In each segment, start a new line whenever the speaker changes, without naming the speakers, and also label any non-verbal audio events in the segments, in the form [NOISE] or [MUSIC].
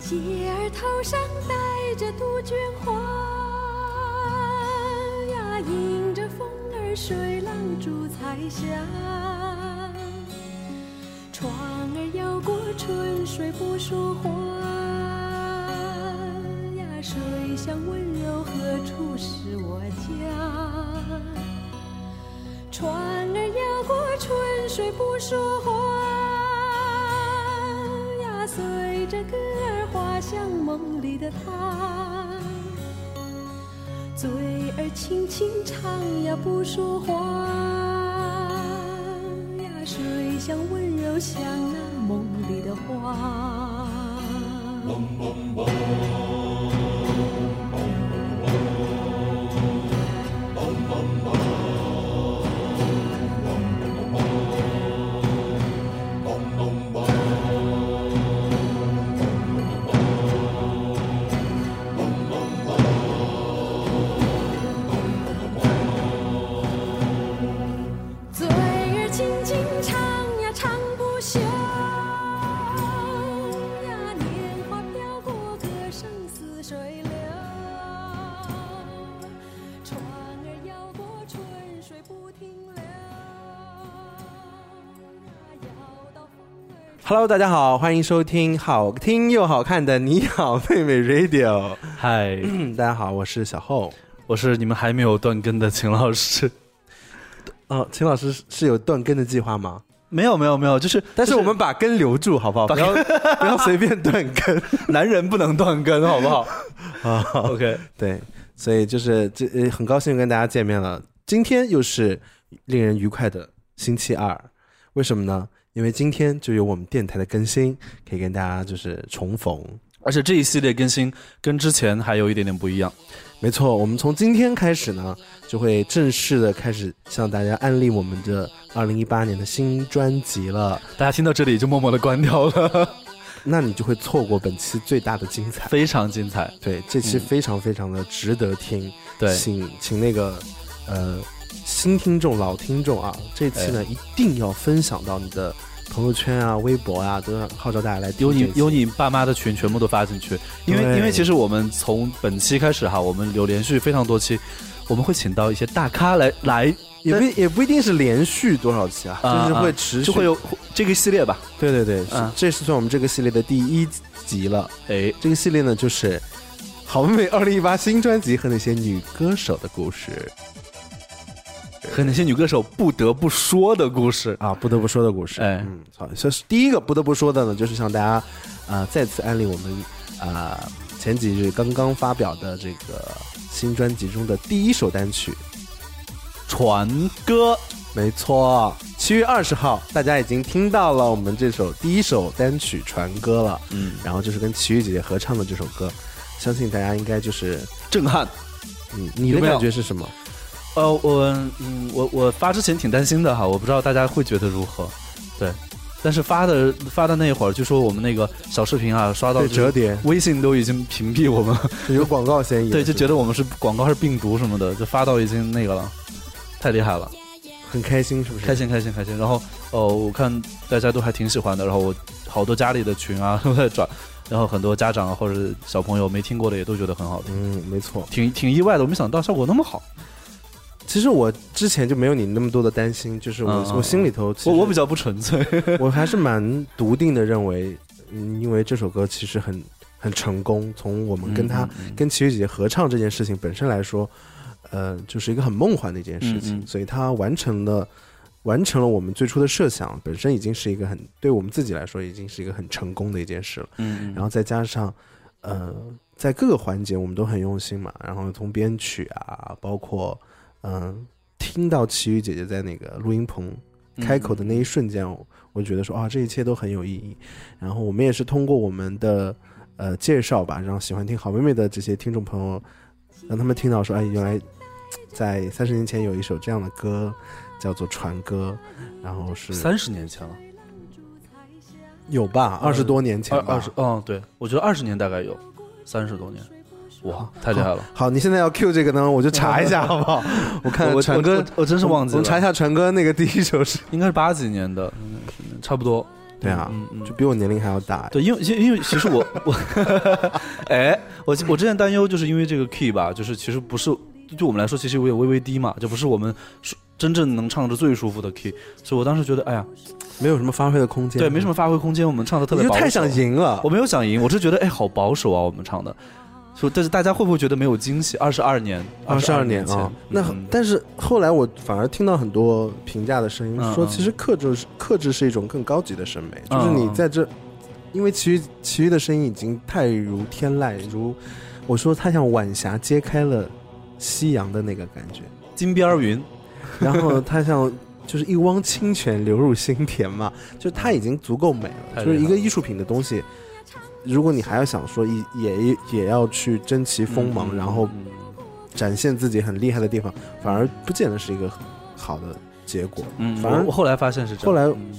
喜儿头上戴着杜鹃花呀，迎着风儿水浪逐彩霞。船儿游过春水不说话呀，水乡温柔何处是我家？船儿游过春水不说话呀，随着歌儿滑向梦里的他。嘴儿轻轻唱呀，不说话呀，水乡温柔像那梦里的花。嘴儿轻轻唱呀，唱不休呀，年华飘过，歌声似水流。船儿摇过春水不停留，啊，摇到风儿。
Hello，大家好，欢迎收听好听又好看的《你好妹妹 Radio。
嗨，》
嗯大家好，我是小厚。
我是你们还没有断更的秦老师。
哦，秦老师是有断更的计划吗？
[LAUGHS] 没有没有没有，就是
但是我们把更留住，好不好？不要不要随便断更。 [LAUGHS]
男人不能断 [LAUGHS] 更，好不好？OK，
对，所以就是这呃很高兴跟大家见面了。今天又是令人愉快的星期二，为什么呢？因为今天就有我们电台的更新，可以跟大家就是重逢。
而且这一系列更新跟之前还有一点点不一样。
没错，我们从今天开始呢，就会正式的开始向大家安利我们的二零一八年的新专辑了。
大家听到这里就默默的关掉了，
那你就会错过本期最大的精彩。
[LAUGHS] 非常精彩。
对，这期
嗯
非常非常的值得听。
对，
请请那个呃新听众、老听众啊，这期
哎
呢、一定要分享到你的朋友圈啊、微博啊，都要号召大家来听
有你
这期
有你爸妈的群全部都发进去，因为
对
因为其实我们从本期开始哈，我们有连续非常多期，我们会请到一些大咖来来，
也不也不一定是连续多少期啊，
啊
就是会
啊
持续，
就会有这个系列吧。
对对对，是
啊
这是算我们这个系列的第一集了。
哎，
这个系列呢就是。好妹妹二零一八新专辑和那些女歌手的故事
和那些女歌手不得不说的故事。
啊，不得不说的故事。
哎
嗯，好，就是第一个不得不说的呢，就是向大家，呃，再次安利我们，呃，前几日刚刚发表的这个新专辑中的第一首单曲，
船歌，
没错，七月二十号，大家已经听到了我们这首第一首单曲《船歌》了，
嗯，
然后就是跟齐豫姐姐合唱的这首歌，相信大家应该就是，
震撼。
嗯，你的
有没有
感觉是什么？
呃，我嗯，我我发之前挺担心的哈，我不知道大家会觉得如何，对。但是发的发的那一会儿，就说我们那个小视频啊，刷到
对，
就是
折
[LAUGHS]
叠，
微信都已经屏蔽我们，
有广告嫌疑，
对，就觉
得
得我们是广告是病毒什么的，就发到已经那个了，太厉害了，
很开心，是不是？
开心开心开心。然后哦，我看大家都还挺喜欢的，然后我好多家里的群啊都在转，然后很多家长啊或者小朋友没听过的也都觉得很好听，
嗯，没错。
挺挺意外的，我没想到效果那么好。
其实我之前就没有你那么多的担心，就是我、
嗯嗯
我心里头其实，
我我比较不纯粹，
我还是蛮笃定的认为，嗯，因为这首歌其实很很成功，从我们跟
嗯
他、跟齐豫姐姐合唱这件事情本身来说，呃，就是一个很梦幻的一件事情，
嗯嗯
所以它完成了完成了我们最初的设想，本身已经是一个很对我们自己来说已经是一个很成功的一件事了。
嗯，
然后再加上，呃，在各个环节我们都很用心嘛，然后从编曲啊，包括嗯、听到齐豫姐姐在那个录音棚
嗯
开口的那一瞬间，我我觉得说啊，这一切都很有意义。然后我们也是通过我们的呃介绍吧，让喜欢听好妹妹的这些听众朋友，让他们听到说，哎，原来在三十年前有一首这样的歌叫做《船歌》，然后是
三十年前了，
有吧，二十多年前
二
吧
二十，嗯，对，我觉得二十年大概有，三十多年，哇，太厉害了！
好，你现在要 Q 这个呢，我就查一下好不
[LAUGHS]
好？我看
我我
船哥
我，我真是忘记
我们查一
了， [LAUGHS]
下船哥那个第一首是
应该是八几年的，嗯差不多。
对啊，
嗯嗯。
就比我年龄还要大。
对，因为因为因为其实我我， [LAUGHS] 哎，我我之前担忧就是因为这个 key 吧，就是其实不是对我们来说其实有点微微低嘛，就不是我们舒真正能唱着最舒服的 key，所以我当时觉得，哎呀，
没有什么发挥的空间。
对，没什么发挥空间，我们唱的特
你
别
就
保守。
太想赢了
我。没有想赢，我是觉得哎，好保守啊，我们唱的。所以但是大家会不会觉得没有惊喜？二十二年，
二十二
二
年
前
啊，那
嗯
但是后来我反而听到很多评价的声
嗯
音，说
嗯
其实克制是克制是一种更高级的审美，就是
嗯
你
嗯
在这，因为其余其余的声音已经太如天籁，如我说它像晚霞揭开了夕阳的那个感觉，
金边儿云， [LAUGHS]
然后它像就是一汪清泉流入心田嘛，
[LAUGHS]
就它已经足够美
太
了，就是一
厉害
个
了
艺术品的东西。如果你还要想说也也也要去争其锋芒，
嗯
然后
嗯
展现自己很厉害的地方，反而不见得是一个好的结果。
嗯，
反而
我我后来发现是这样。
后来
嗯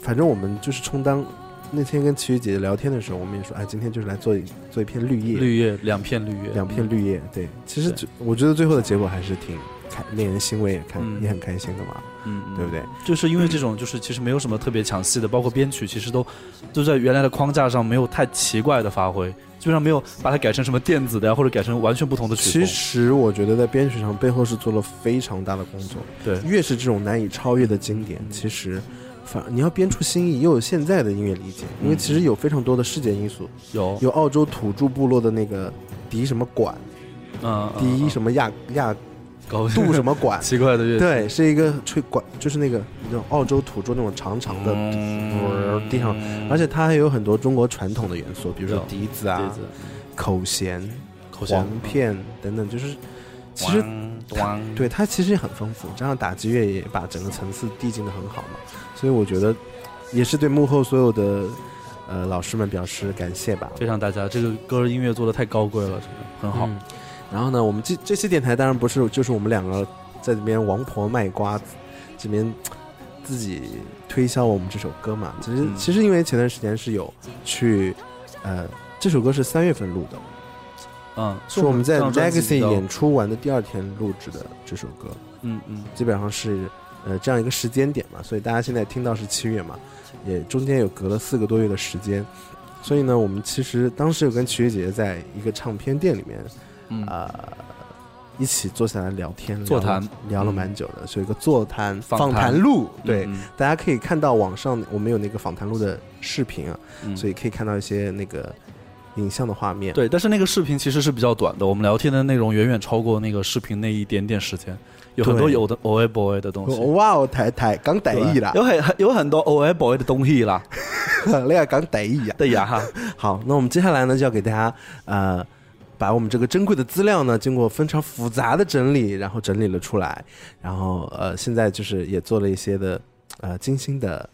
反正我们就是充当那天跟奇遇姐姐聊天的时候，我们也说，哎，今天就是来做一做一片绿叶，
绿叶两片绿叶，
两片
嗯
绿叶。对，其实
对
就我觉得最后的结果还是挺开，令人欣慰，也看、
嗯
也很开心的嘛，
嗯，嗯
对不？对？嗯
就是因为这种，就是其实没有什么特别抢戏的，包括编曲，其实都都在原来的框架上没有太奇怪的发挥，基本上没有把它改成什么电子的呀，或者改成完全不同的曲
其
风。
实我觉得在编曲上背后是做了非常大的工作。
对
越是这种难以超越的经典，
嗯
其实反而你要编出新意，又有现在的音乐理解，因为
嗯
其实有非常多的世界因素，
有
有澳洲土著部落的那个笛什么管，
嗯，
笛
么
什么亚亚
高
度什么管，
[LAUGHS] 奇怪的乐器，
对，是一个吹管，就是那个那种澳洲土著那种长长的，
嗯
地上而且它还有很多中国传统的元素，比如说
有
笛子
碟
啊、
子
口弦、
口弦
簧，片等等，就是其实
咣咣
对它其实也很丰富，这样打击乐也把整个层次递进的很好嘛，所以我觉得也是对幕后所有的呃老师们表示感谢吧。
非常大家这个歌儿音乐做的太高贵了，真的很好。
嗯然后呢，我们这这期电台当然不是就是我们两个在这边王婆卖瓜，这边自己推销我们这首歌嘛。其实、
嗯
其实因为前段时间是有去呃。这首歌是三月份录的，
嗯，
是我们在
上专辑
Legacy
的
演出完的第二天录制的这首歌。
嗯嗯，
基本上是呃这样一个时间点嘛，所以大家现在听到是七月嘛，也中间有隔了四个多月的时间，所以呢，我们其实当时有跟曲月姐姐在一个唱片店里面
嗯
啊、呃一起坐下来聊天，
座
聊
谈
了聊了蛮久的，是有一个座谈
访
访
谈
谈录，对。
嗯
大家可以看到网上我们有那个访谈录的视频啊，
嗯
所以可以看到一些那个影像的画面。
对，但是那个视频其实是比较短的，我们聊天的内容远远超过那个视频那一点点时间，有很多
对
有的 o a boy 的东西，
哇哦，台台讲台语啦 [LAUGHS]
对，有很很有很多 o a boy 的东西啦，
你也讲台语啊。
对呀
[LAUGHS]
哈，
好，那我们接下来呢，就要给大家呃，把我们这个珍贵的资料呢，经过非常复杂的整理，然后整理了出来，然后呃，现在就是也做了一些的呃精心的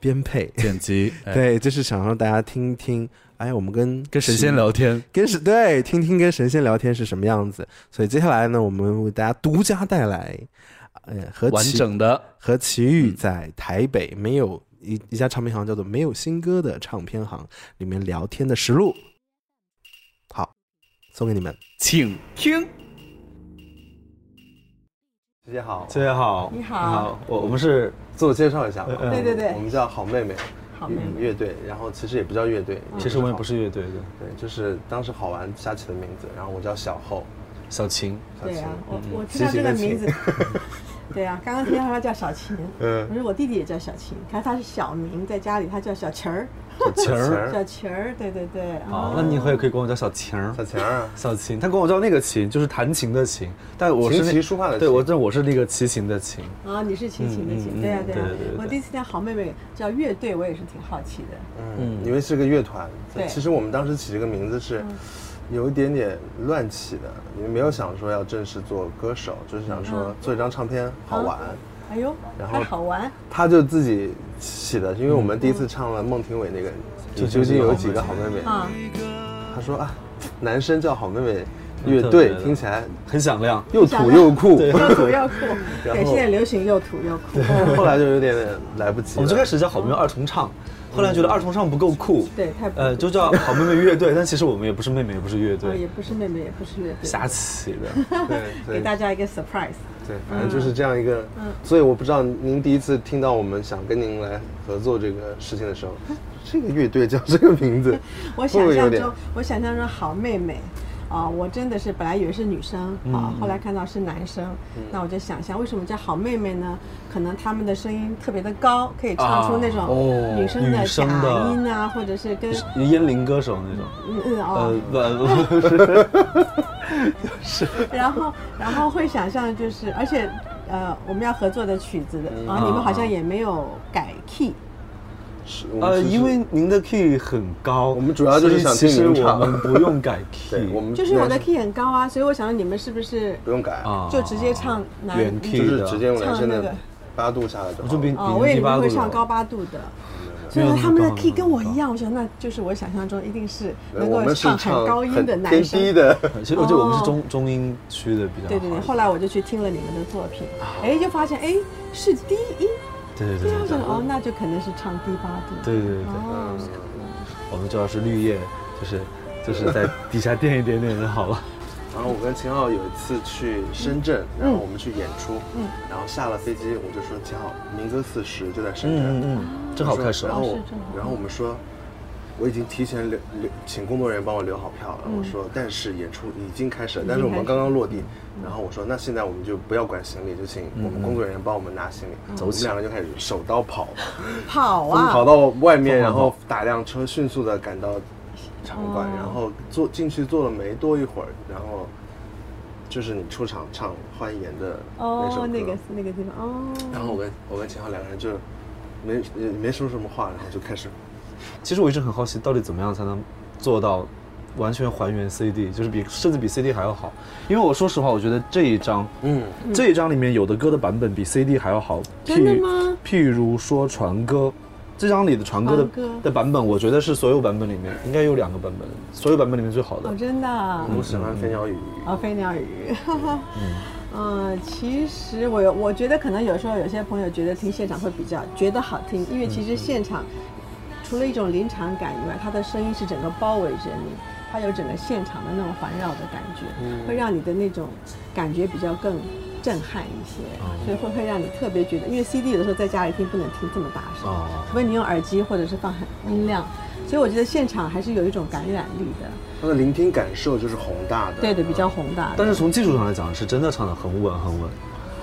编配，
剪辑，哎，
对，就是想让大家听一听，哎，我们跟
跟神仙，聊天，
跟神对，听听跟神仙聊天是什么样子。所以接下来呢，我们为大家独家带来，呃，和
完
奇
整的，
和奇遇在台北没有一一家唱片行叫做没有新歌的唱片行里面聊天的实录。好，送给你们。
请听。
姐姐好，
姐姐好，
你好，，
我我们是自我介绍一下吧。
嗯对
对对
我们叫好妹妹
好
嗯
妹妹
乐队，然后其实也不叫乐队，
嗯
其实我们也不
是
是乐队的，
好，对，就是当时好玩瞎起的名字。然后我叫小后，
小琴，
小
对
琴
啊，，我我
嗯
知道这个名。
齐
字 [LAUGHS]
秦的，
对啊，刚刚听到他叫小琴，
嗯
可是我弟弟也叫小琴，看他是小名，在家里他叫小琴儿，
琴儿。
小琴儿，对对对，
好
哦，
那你以后也可以管我叫小琴儿
小，晴儿，
小琴。他管我叫那个琴，就是弹琴的琴，但我是
琴
那
棋书画的琴
对我这我是那个齐琴的琴。
啊，你是琴琴的
嗯嗯
琴，
嗯
对啊对啊
对对对，对
我第一次见好妹妹叫乐队，我也是挺好奇的，
嗯，因为是个乐团
对，
其实我们当时起这个名字是有一点点乱起的，因为没有想说要正式做歌手，就是想说做一张唱片好玩。
哎呦，
然后
还好
[LAUGHS]
玩，
他就自己起的，因为我们第一次唱了孟庭苇那个，你究竟有几个好妹妹？
啊，
他说啊，男生叫好妹妹乐队
特别的
听起来
很响亮，
又土又酷，
[LAUGHS]
又土又酷，
[LAUGHS]
然后
对，现在流行又土又酷，
后来就有点来不及
我们最开
了。
始叫好妹妹二重唱，后来觉得二重唱不够酷，
对太不
呃，就叫好妹妹乐队，但其实我们也不是妹妹，也不是乐
啊也
队，
不是妹妹，也不是乐队，
瞎起的。
对
给
对
大家一个 surprise，，
对，反正就是这样一个。所以我不知道您第一次听到我们想跟您来合作这个事情的时候，这个乐队叫这个名字
[LAUGHS] 我
会不
想
会有
象
点
中，我想象中好妹妹啊，我真的是本来以为是女生啊，后来看到是男生，那我就想象为什么叫好妹妹呢？可能他们的声音特别的高，可以唱出那
啊
种
哦
女生的
女
假
生的
音啊，或者是跟
烟龄歌手那种，
嗯嗯哦
呃，，不不是，
然后然后会想象就是，而且呃，我们要合作的曲子的，然后你们好像也没有改 key，
是我们
呃，
是
因为您的 key 很高，我
们主要就是想
其实
听您
我
唱
们不用改 key，
对我们
就是我的 key 很高啊，所以我想你们是不是
不用改啊，
啊
就直接唱男
原 key
就是直接用
唱
男生
那个
的八度下来就好
我就比
了。
比
哦，我以为
零
你
八
们
度了
会唱高八度的，所
没有那
以
么
他们的
高
key 跟我
没有那么
一样，我想那就是我想象中一定是
对
能
呃我
够
们是
很
唱
高音的
很
男
偏
生。
低的， [LAUGHS]
其实我觉得我们是
哦
中中音区的比较好
对对对，后来我就去听了你们的作品，哎，就发现哎是低音，
对啊对
这
对
样
对
子
对
哦，那就可能是唱低八度。
对对对对
嗯
哦，
我们就要是绿叶，就是 [LAUGHS] 就是在底下垫一点点就好了。
然后我跟秦昊有一次去深圳，然后我们去演出，然后下了飞机，我就说秦昊，民歌四十就在深圳，
嗯嗯， [LAUGHS] 正好开始
然
了
后。我
是正好
然后我们说，我已经提前留留，请工作人员帮我留好票了。我说，但是演出已经开始了，但是我们刚刚落地。然后我说，那现在我们就不要管行李，就请我们工作人员帮我们拿行李。我们两个就开始手刀跑，
跑
我们
啊，
跑到外面，
疯狂
然后打辆车，迅速的赶到场馆，然后坐进去坐了没多一会儿，然后就是你出场唱《欢颜》的那首歌
哦，，那个那个地方哦，
然后我跟我跟秦昊两个人就没也没说什么话，然后就开始
其实我一直很好奇，到底怎么样才能做到完全还原 CD，就是比甚至比 CD 还要好。因为我说实话，我觉得这一张，
嗯，
这一张里面有的歌的版本比 CD 还要好。
真的
譬
吗？
譬如说船歌。这张里的船歌的
船歌
的版本，我觉得是所有版本里面应该有两个版本，所有版本里面最好的
哦，。真的啊。
嗯
我喜欢飞鸟语，
啊，飞鸟鱼，哈哈。 [LAUGHS] 嗯，其实我有，我觉得可能有时候有些朋友觉得听现场会比较觉得好听，因为其实现场除了一种临场感以外，它的声音是整个包围着你，它有整个现场的那种环绕的感觉，会让你的那种感觉比较更震撼一些，所以会会让你特别觉得，因为 CD 有的时候在家里听不能听这么大声，
哦
除非你用耳机或者是放很音量，所以我觉得现场还是有一种感染力的，
它的聆听感受就是宏大的。
对的，比较宏大的。
但是从技术上来讲，是真的唱的很稳很稳。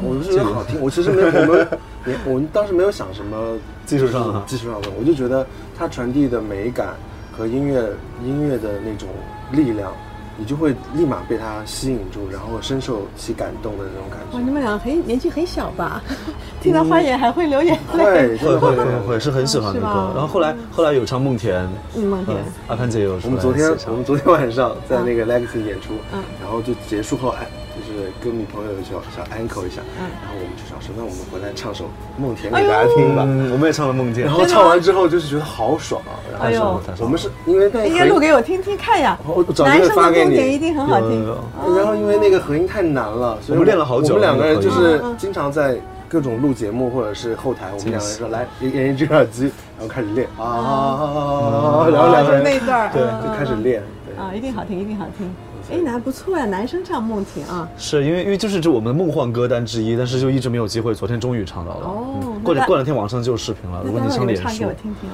我就觉得好听。我其实没有，我们也我们当时没有想什么
技术上啊
技术上的，我就觉得它传递的美感和音乐音乐的那种力量，你就会立马被它吸引住，然后深受其感动的那种感
哇，
觉。
啊你们俩很年纪很小吧？听到花眼还会流眼泪。
嗯会
会
真
会会
的
会是很喜欢的歌。
哦是吧
然后后来后来有唱《梦田》，
[LAUGHS] 嗯，梦田
嗯，阿潘姐也有出
我
来
们昨天
写上
我们昨天晚上在那个 Legacy 演出，
嗯
然后就结束后，哎，就是跟女朋友小小 uncle 一下，然后我们就想说，那我们回来唱首《梦田》给大家听吧。
嗯，我们也唱了《梦见
然》，后唱完之后就是觉得好爽，啊然后
哎呦
我们是因为那
应哎该录
合
给我听听看呀。
我哦我找
男
这
生
个
的
发给
梦田一
你。
定很好
有有
听哦
有。
然后因为那个合音太难了，所以
我们练了好久
我们两个人就
那个
是
合音
经常在各种录节目或者是后台，我们两个人说来一人一只耳机，然后开始练啊， [LAUGHS] 然后两个
哦就那
人
一段儿
对
嗯
就开始练，嗯对
啊，一定好听，一定好听。哎，那还不错呀，男生唱梦田啊。
是因为因为就是这我们梦幻歌单之一，但是就一直没有机会，昨天终于唱到了。
哦
嗯
那
过两
大
过两天网上就有视频了，
那
如果
待
你
会儿
上
你
脸
唱
书
给我，听听。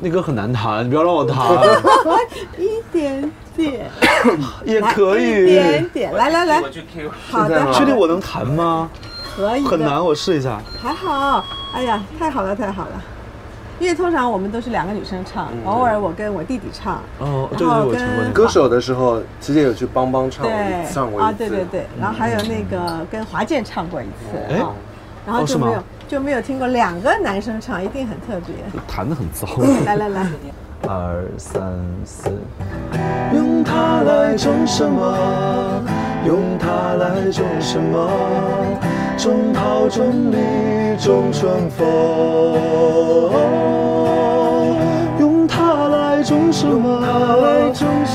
那歌很难弹，你不要让我弹，
[LAUGHS] 一点
[LAUGHS]
点，
也
来
可
一
以。
点点，来来来
我，去 Q
好
现在
的，
吗
确定我能弹吗？
可以的。
很难，我试一下。
还好，哎呀，太好了，太好了。因为通常我们都是两个女生唱，偶尔我跟我弟弟唱。
嗯哦，这
然
个就是
后
我听过那个
跟
歌手的时候，琪姐有去帮帮唱
对，
上过一次，
啊，对对对，然后还有那个跟华健唱过一次
哎
啊，然后
哦
就是
吗
没有就没有听过两个男生唱，一定很特别。
弹的很糟。
[LAUGHS] 来来来，
二三四，用它来种什么？用它来种什么？种桃，种李，种春风。用它来种什么？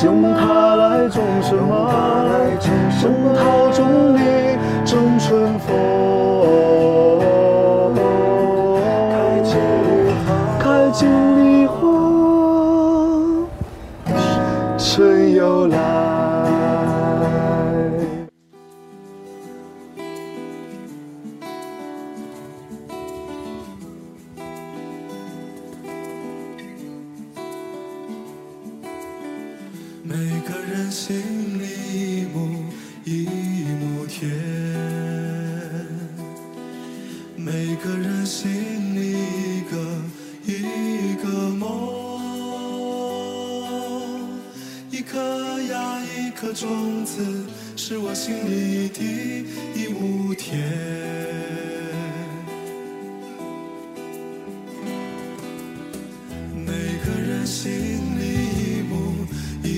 用它来种什么？种桃，种李，种春风。开尽梨花，开尽梨花，春又来。
人心里一亩一亩田，每个人心里一个一个梦，一颗呀一颗种子是我心里的一亩田。每个人心里一亩一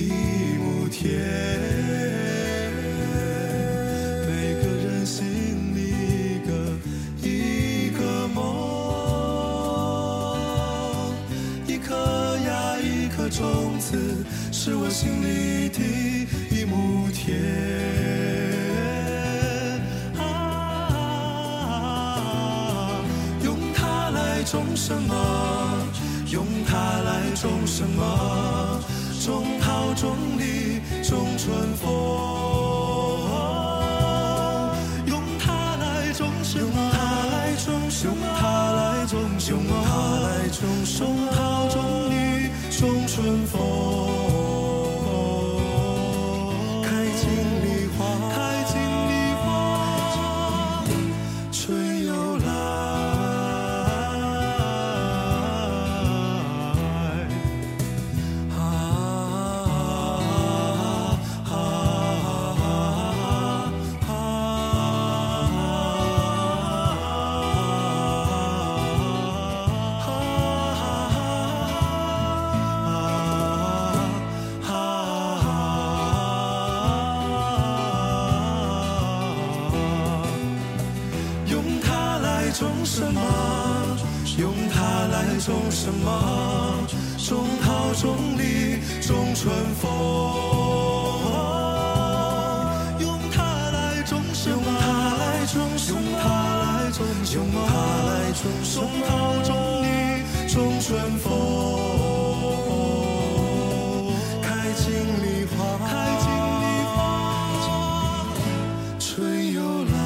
亩田，每个人心里一个一个梦，一颗呀一颗种子是我心里的一亩田。啊，用它来种什么？用它来种什么？种桃，种李，种春风。用它来种什么？用它来种什么？用它来种什么？用它来种什么？种桃，种李，种春风。开尽梨花，开尽梨花，春又来。啊啊啊用它来种什么？用它来种什么？种桃，种李，种春风。用它来种什么？用它来种什么？用它来种什么？用它来种什么？种桃，种李，种春风。开尽梨花，开尽梨花，春又来。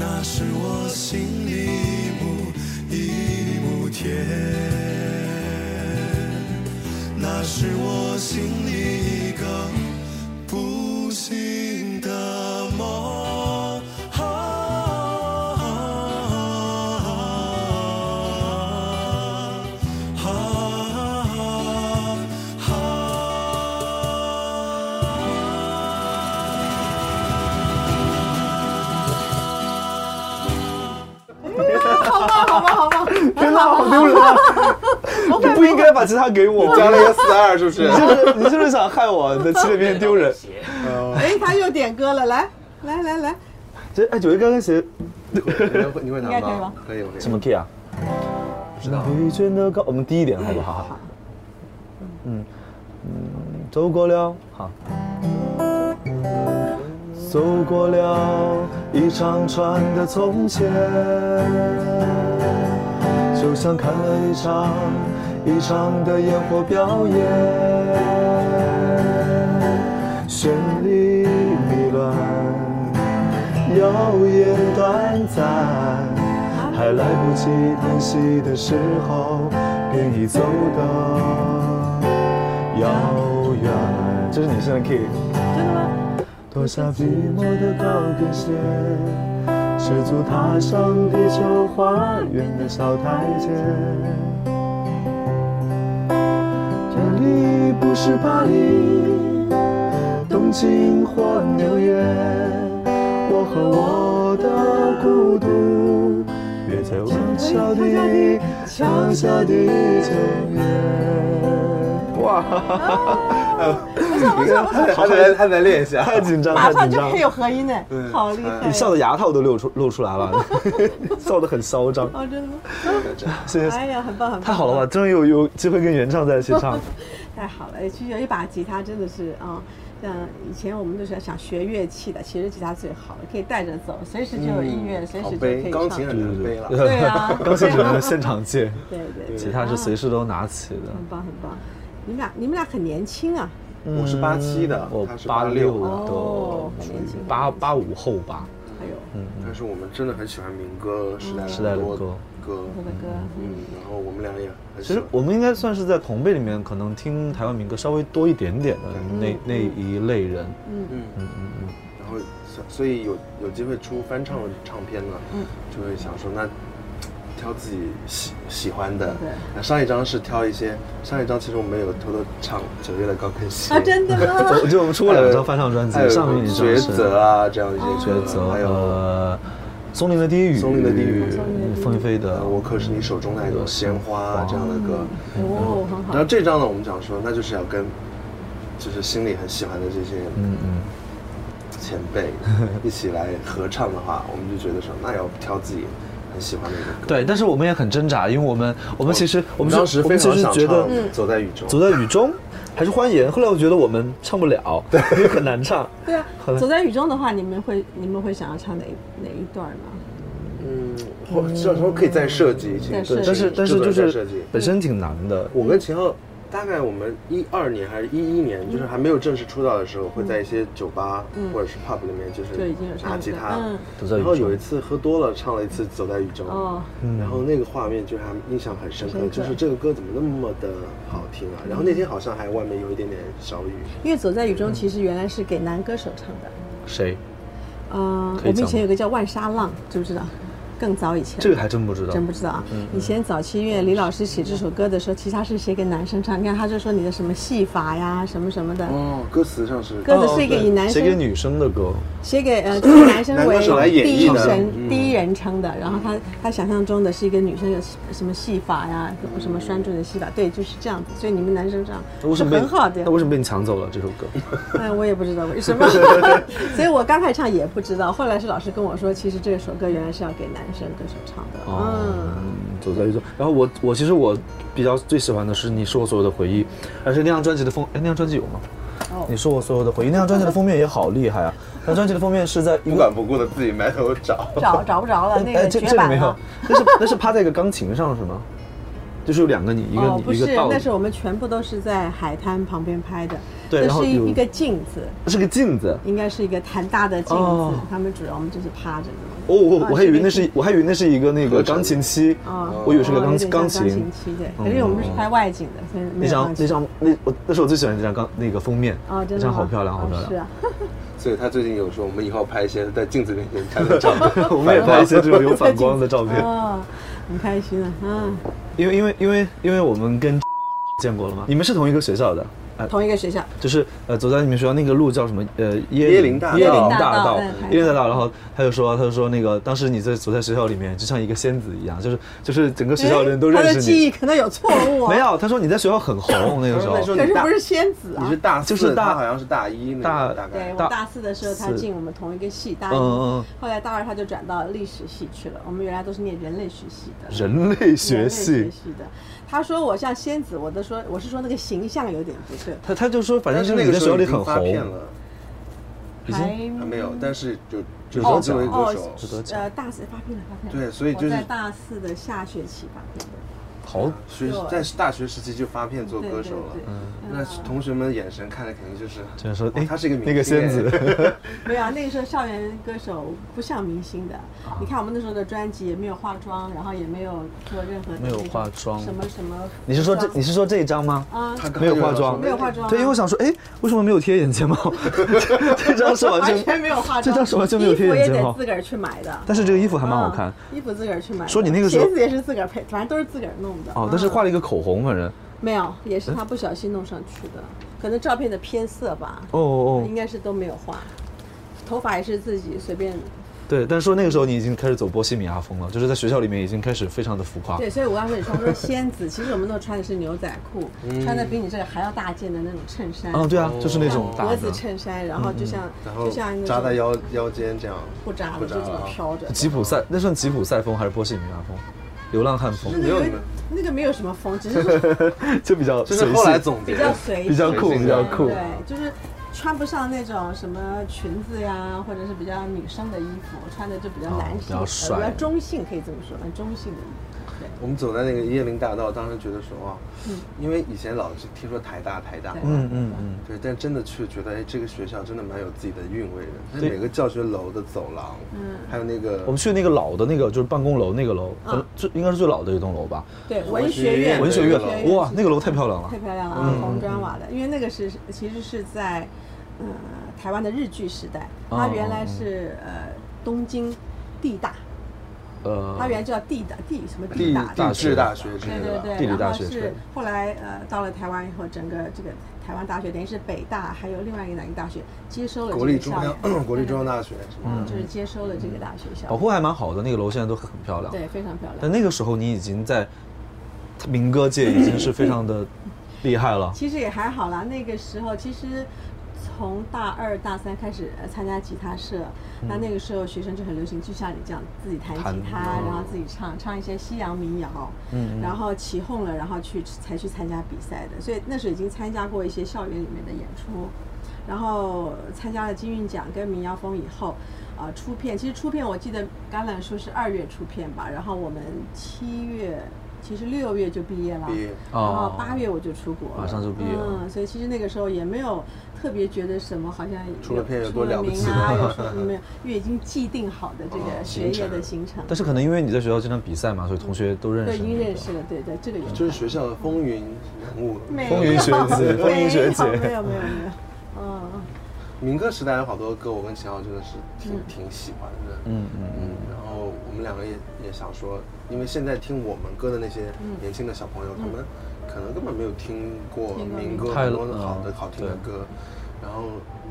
那是我心里一亩一亩田，那是我心里一个不幸的梦。啊啊啊
好棒，好棒，好棒！
天哪，好丢人啊！
你不应该把吉他给我，
加了一个四二，是不是？
你就是你就是想害我的起脸变丢人。
哎，他又点歌了，来，来，来，来，
这哎，九月刚跟谁？
你会你会
应该
弹
可
吗
以吧？
可以，我可以。
什么 key 啊？不知道。疲倦的高，我们低一点好不好？嗯嗯，走过了，好。走过了一长串的从前，就像看了一场一场的烟火表演，绚丽迷乱，耀眼短暂，还来不及叹息的时候，便已走得遥远。这是女生的 key。
真的吗？
脱下寂寞的高跟鞋，赤足踏上地球花园的小台阶。这里不是巴黎、东京或纽约，我和我的孤独约在虹桥
哎
的桥下的公园。哇，
不错，不错，不错，
还得还得练一下。
太紧张，
马
太
上
紧
就
张
可以。有合音呢，好厉害！
你笑的牙套都露出露出来了， [LAUGHS] 笑得很嚣张。
哦，真的吗？
谢
哎
谢，
呀，很棒，很棒！
太好了吧？终于有有机会跟原唱在一起 [LAUGHS] 唱。
太好了，哎其实有一把吉他真的是啊，像以前我们都是想学乐器的，其实吉他最好，可以带着走，随时就有音乐，随时
好
就可
背，
以
钢
唱。
琴很难背了。
对啊
刚才只能现场见，
对对
吉
对，
他是随时都拿起的。
很棒很棒。你们俩你们俩很年轻啊，
我是八七的
嗯我
他是
八
86
六
哦
的
年轻，
八八五后吧。
哎呦，
嗯，但是我们真的很喜欢民歌时代
时代的
很多
歌
歌，
我的歌，
嗯，然后我们俩也很
其
喜
实
欢。
我们应该算是在同辈里面，可能听台湾民歌稍微多一点点的那、那一类
[LAUGHS]
人。
嗯嗯嗯，然后所所以有有机会出翻唱唱片呢，
嗯
就会想说那挑自己喜喜欢的。
对
那上一张是挑一些，上一张其实我们有偷偷唱九月的高跟鞋
啊，真的吗？
我就出过两张翻唱专
还有
辑，上面一张
抉
是哦
择啊这样一些歌
抉择，
还有
呃，松林的地狱，
松林的地狱
凤飞飞的
呃我可是你手中那朵鲜花啊这样的歌。
哦，很
然
好
后，这张呢，我们讲说那就是要跟就是心里很喜欢的这些
嗯嗯，
前
[LAUGHS]
辈一起来合唱的话，我们就觉得说那要挑自己很喜欢的一个歌。
对，但是我们也很挣扎，因为我们我们其实
我
我们
哦当
是
时
我
非
们其
常
实
想
觉得
唱
嗯
走在雨中，
走在雨中还是欢颜，后来我觉得我们唱
[LAUGHS]
不了，因为很难唱。
对啊
后，来
走在雨中的话，你们会你们会想要唱哪一哪一段呢？
嗯，或这时候可以再设计，请
再
请
嗯设计
但是但是就
制作人再设
是
计。
本身挺难的，
我跟秦昊大概我们一二年还是一一年，就是还没有正式出道的时候，会在一些酒吧或者是 pub 里面，就
就是嗯已经有唱
拿
歌
吉他
嗯，
走在雨
然后
中
有一次喝多了，唱了一次《走在雨中》，
哦，
嗯
然后那个画面就是还印象很深刻，
深刻
就是这个歌怎么那么的好听啊！然后那天好像还外面有一点点小雨，
因为走在雨中其实原来是给男歌手唱的，
谁？
嗯，
可
我
以
们以
讲
前有个叫万沙浪，知不知道？更早以前，
这个嗯还真不知道。
真不知道啊。以前早期音乐，李老师写这首歌的时候，其实他是写给男生唱，你看他就说你的什么戏法呀，什么什么的，
哦，歌词上是
歌词是一个
嗯对
以男
写
生
给女生的歌，
写给
[LAUGHS]
呃就是男生
男歌
为
手来演
第一
绎的
嗯
人第一人称的，然后他他想象中的是一个女生有什么戏法呀，什么什么拴住你的戏法，对，就是这样子。所以你们男生这
那为
样
什
是
么被
很好的呀
那。为什么被你抢走了这首歌？ [LAUGHS] 嗯
哎，我也不知道为什么，所以我刚开始唱也不知道，后来是老师跟我说，其实这首歌原来是要给男生歌手唱的。嗯，
嗯，走在雨中。然后我我其实我比较最喜欢的是《你是我所有的回忆》，而且那张专辑的封，哎，那张专辑有吗？
哦
你是我所有的回忆，那张专辑的封面也好厉害啊！那张专辑的封面是在
不
一个
管不顾的自己埋头找，
找找不着了，那
哎，
个
这
绝
这里
版
没有
了。，
那是那是趴在一个钢琴上是吗？就是有两个你，一个
哦，不
你，一
是
个，倒
那
着，
是我们全部都是在海滩旁边拍的，
对
这
然后
是
有
一一个镜子，
是个镜子。
应该是一个弹大的镜
哦
子，他们主要我们就是趴着的。
哦，我
啊
我还以为那
是
是我还以为那是一个那个钢琴七
啊，
我以为是个
哦有
钢
点像
钢
琴，
琴。
七对，可是我们是拍外景的，所以没
那
有
张
钢
那
琴。
张那我那是我最喜欢的那张钢那个封面
哦，
那
真的
张
吗
好漂亮，好漂
哦
亮
是。啊，
所以他最近有说我们以后拍一些在镜子面前看的照片。
[LAUGHS] 我们也拍一些这种有反光的照片，
哦，很开心啊，嗯，
因为因为因为因为我们跟 [LAUGHS] 见过了吗？你们是同一个学校的，哎，
同一个学校，
就是呃，走在你们学校那个路叫什么？呃，
椰
椰
林大道
椰林大
大道
道
嗯，
椰林大道。然后他就说，他就说那个当时你在走在学校里面，就像一个仙子一样，就是就是整个学校的人都
哎他
认
的
识
记
你。
忆可能有错误啊，
没，有，他说你在学校很红那
那
个时
时候
候。
可是
你大
不是仙子
[LAUGHS] 你
啊
是。大四，
就是大
他好像是大一那
大
个大概
对，我
大
大四的时候，他
四
进我们同一个系，大一。
嗯嗯嗯
后来大二他就转到历史系去了。我们原来都是念人类学系的。
人类
人
学
类
系
学，系的，他说我像仙子，我都说我是说那个形象有点不对，
他他就说，反正
但
就是是
那
你
个
在学
时
校
候
里
已
很
经发
红
片。了，
还哦
还没有，但是就就
哦
是作为歌手，
值得讲，
呃，大四发片了，发片了。
对所以就
我在
是
大四的下学期发片的。
好
学
对
在大学时期就发片做
对
歌
对
手了
对。
那同学们的眼神看着肯定就是，
嗯就是说
哦，
哎，
他是一个明
那个
星哎
仙子，
没有啊，那个时候校园歌手不像明星的。
啊
你看我们那时候的专辑也没有化妆，然后也没有做任何的
没有
那种
化妆
什么什么。
你是说这你是说这一张
[LAUGHS]
吗？
啊？
[LAUGHS] 他刚
[LAUGHS] 没有
就要
化
说
妆
没有化妆啊，
对，因为我想说，哎，为什么没有贴眼睫毛？ [LAUGHS] 这张是完
[LAUGHS] 完
全
全没有化妆，
这张是完全没有贴
衣服
眼
也
睫
得
毛
自，个儿去买的。
但是这个衣服还蛮好
嗯
看。
衣服自个儿去买的。
说你那个时候
鞋子也是自个儿配，反正都是自个儿弄的。
哦，但是嗯
嗯
画了一个口红，反正
没有，也是他不小心弄上去的，可能照片的偏色吧，
哦哦
应
哦，
该是都没有画，头发也是自己随便。
对，但是说那个时候你已经开始走波西米亚风了，就是在学校里面已经开始非常的浮夸。
对，所以我刚才跟你说，我说仙子， [LAUGHS] 其实我们都穿的是牛仔裤，穿的比你这个还要大件的那种衬衫，
嗯，对啊，就是那
像
种大
格
的嗯
子衬衫，然后就像
然后
就像
扎在
腰
腰腰间这样，
不扎的，
不
就
扎
这么
啊
飘着。
吉普赛，那算吉普赛风还是波西米亚风？流浪汉
[LAUGHS]
风
没有你们，
那个没有什么风，只是
[LAUGHS] 就比较
就
随
是
性，
后来总结
比
[LAUGHS]
较随性，
比较酷，
随性
比较酷
对。，就是穿不上那种什么裙子呀，或者是比较女生的衣服，穿的就比较男
哦
性、
比较帅
呃比较中性，可以这么说，蛮中性的衣服。
我们走在那个椰林大道，当时觉得说哇，因为以前老是听说台大台大，
嗯
嗯嗯，对，但真的去觉得哎，这个学校真的蛮有自己的韵味的。它每个教学楼的走廊，嗯，还有那个
我们去那个老的那个，就是办公楼那个楼，
嗯
可能最应该是最老的一栋楼吧。
对，
文
文
学
学
院
院，
文学
对
院，哇，那个楼太漂亮了
太。漂亮了啊，红砖瓦的，因为那个是其实是在，呃，台湾的日据时代，它
哦
原来是呃东京地大，
呃
它，原来叫地大地什么
地
地大，
地质大学之类
对
的
对
吧，
对，
地理大
然后
学之类
是
的
后来呃到了台湾以后，整个这个台湾大学等于是北大还有另外一个南京大学接收了这
国
个
立中
校园，
央 [CLEARS THROAT] 国立中央大学什么
嗯，
的，
就是接收了这个大学校
保
园，
护还蛮嗯好啊的，那个楼现在都很漂亮。
对，非常漂亮。
但那个时候你已经在民歌界已经是非常的厉害了。
其实也还好啦，那个时候其实从大二大三开始呃参加吉他社，
嗯
那、那个时候学生就很流行，就像你这样自己弹
弹
吉他，然后自己唱唱一些西洋民谣，
嗯
然后起哄了，然后去才去参加比赛的，所以那时候已经参加过一些校园里面的演出。然后参加了金韵奖跟民谣风以后，呃，出片其实出片我记得橄榄树是二月出片吧，然后我们七月其实六月就毕业了，
毕业
然后
哦
八月我就出国了，
马上就毕业了
嗯，所以其实那个时候也没有特别觉得什么，好像有
出了片有多
出
了不
名
起
啊，有什么没有， [LAUGHS] 因为已经既定好的这个学业的行程，
但是可能因为你在学校经常比赛嘛，所以同学都认
对，
识
已
你。
经认识了，对对，这个有
就是学校的风云人物。
风云学子风云学姐
哎没有没有没有没有，嗯，
民歌时代有好多歌，我跟秦昊真的是挺、挺喜欢的。
嗯嗯
嗯，然后我们两个也也想说，因为现在听我们歌的那些
嗯
年轻的小朋友，他们可能根本没有听过
听过
民
民
歌，很
歌太
多
嗯
好的好听的
对
歌。然后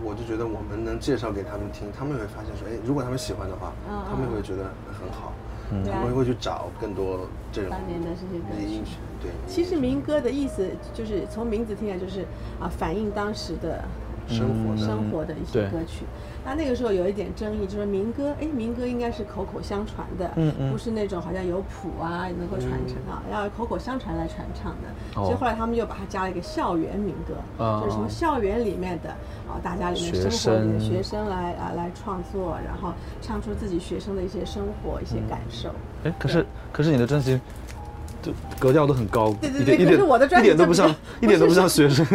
我就觉得我们能介绍给他们听，他们也会发现说，哎，如果他们喜欢的话，
嗯
他们也会觉得很好，
嗯
对
他
啊
们会去找更多这种
当年的这些歌曲
音乐。对，
其实民歌的意思就是从名字听来就是啊，反映当时的
生活的
生活的一些
嗯对
歌曲。那那个时候有一点争议，就是民歌，哎，民歌应该是口口相传的，
嗯嗯
不是那种好像有谱啊，能够传承啊，要口口相传来传唱的。
哦
所以后来他们就把它加了一个校园民歌，
啊
就是从校园里面的啊，大家里面
学
生活里的
生
学生来啊来创作，然后唱出自己学生的一些生活、一些感受。
哎，可是可是你的专辑，就格调都很高，
对对
一
对
点一
可是
点
我的专
一
辑
点都不
就比较
像一点都不像学
[LAUGHS]
生。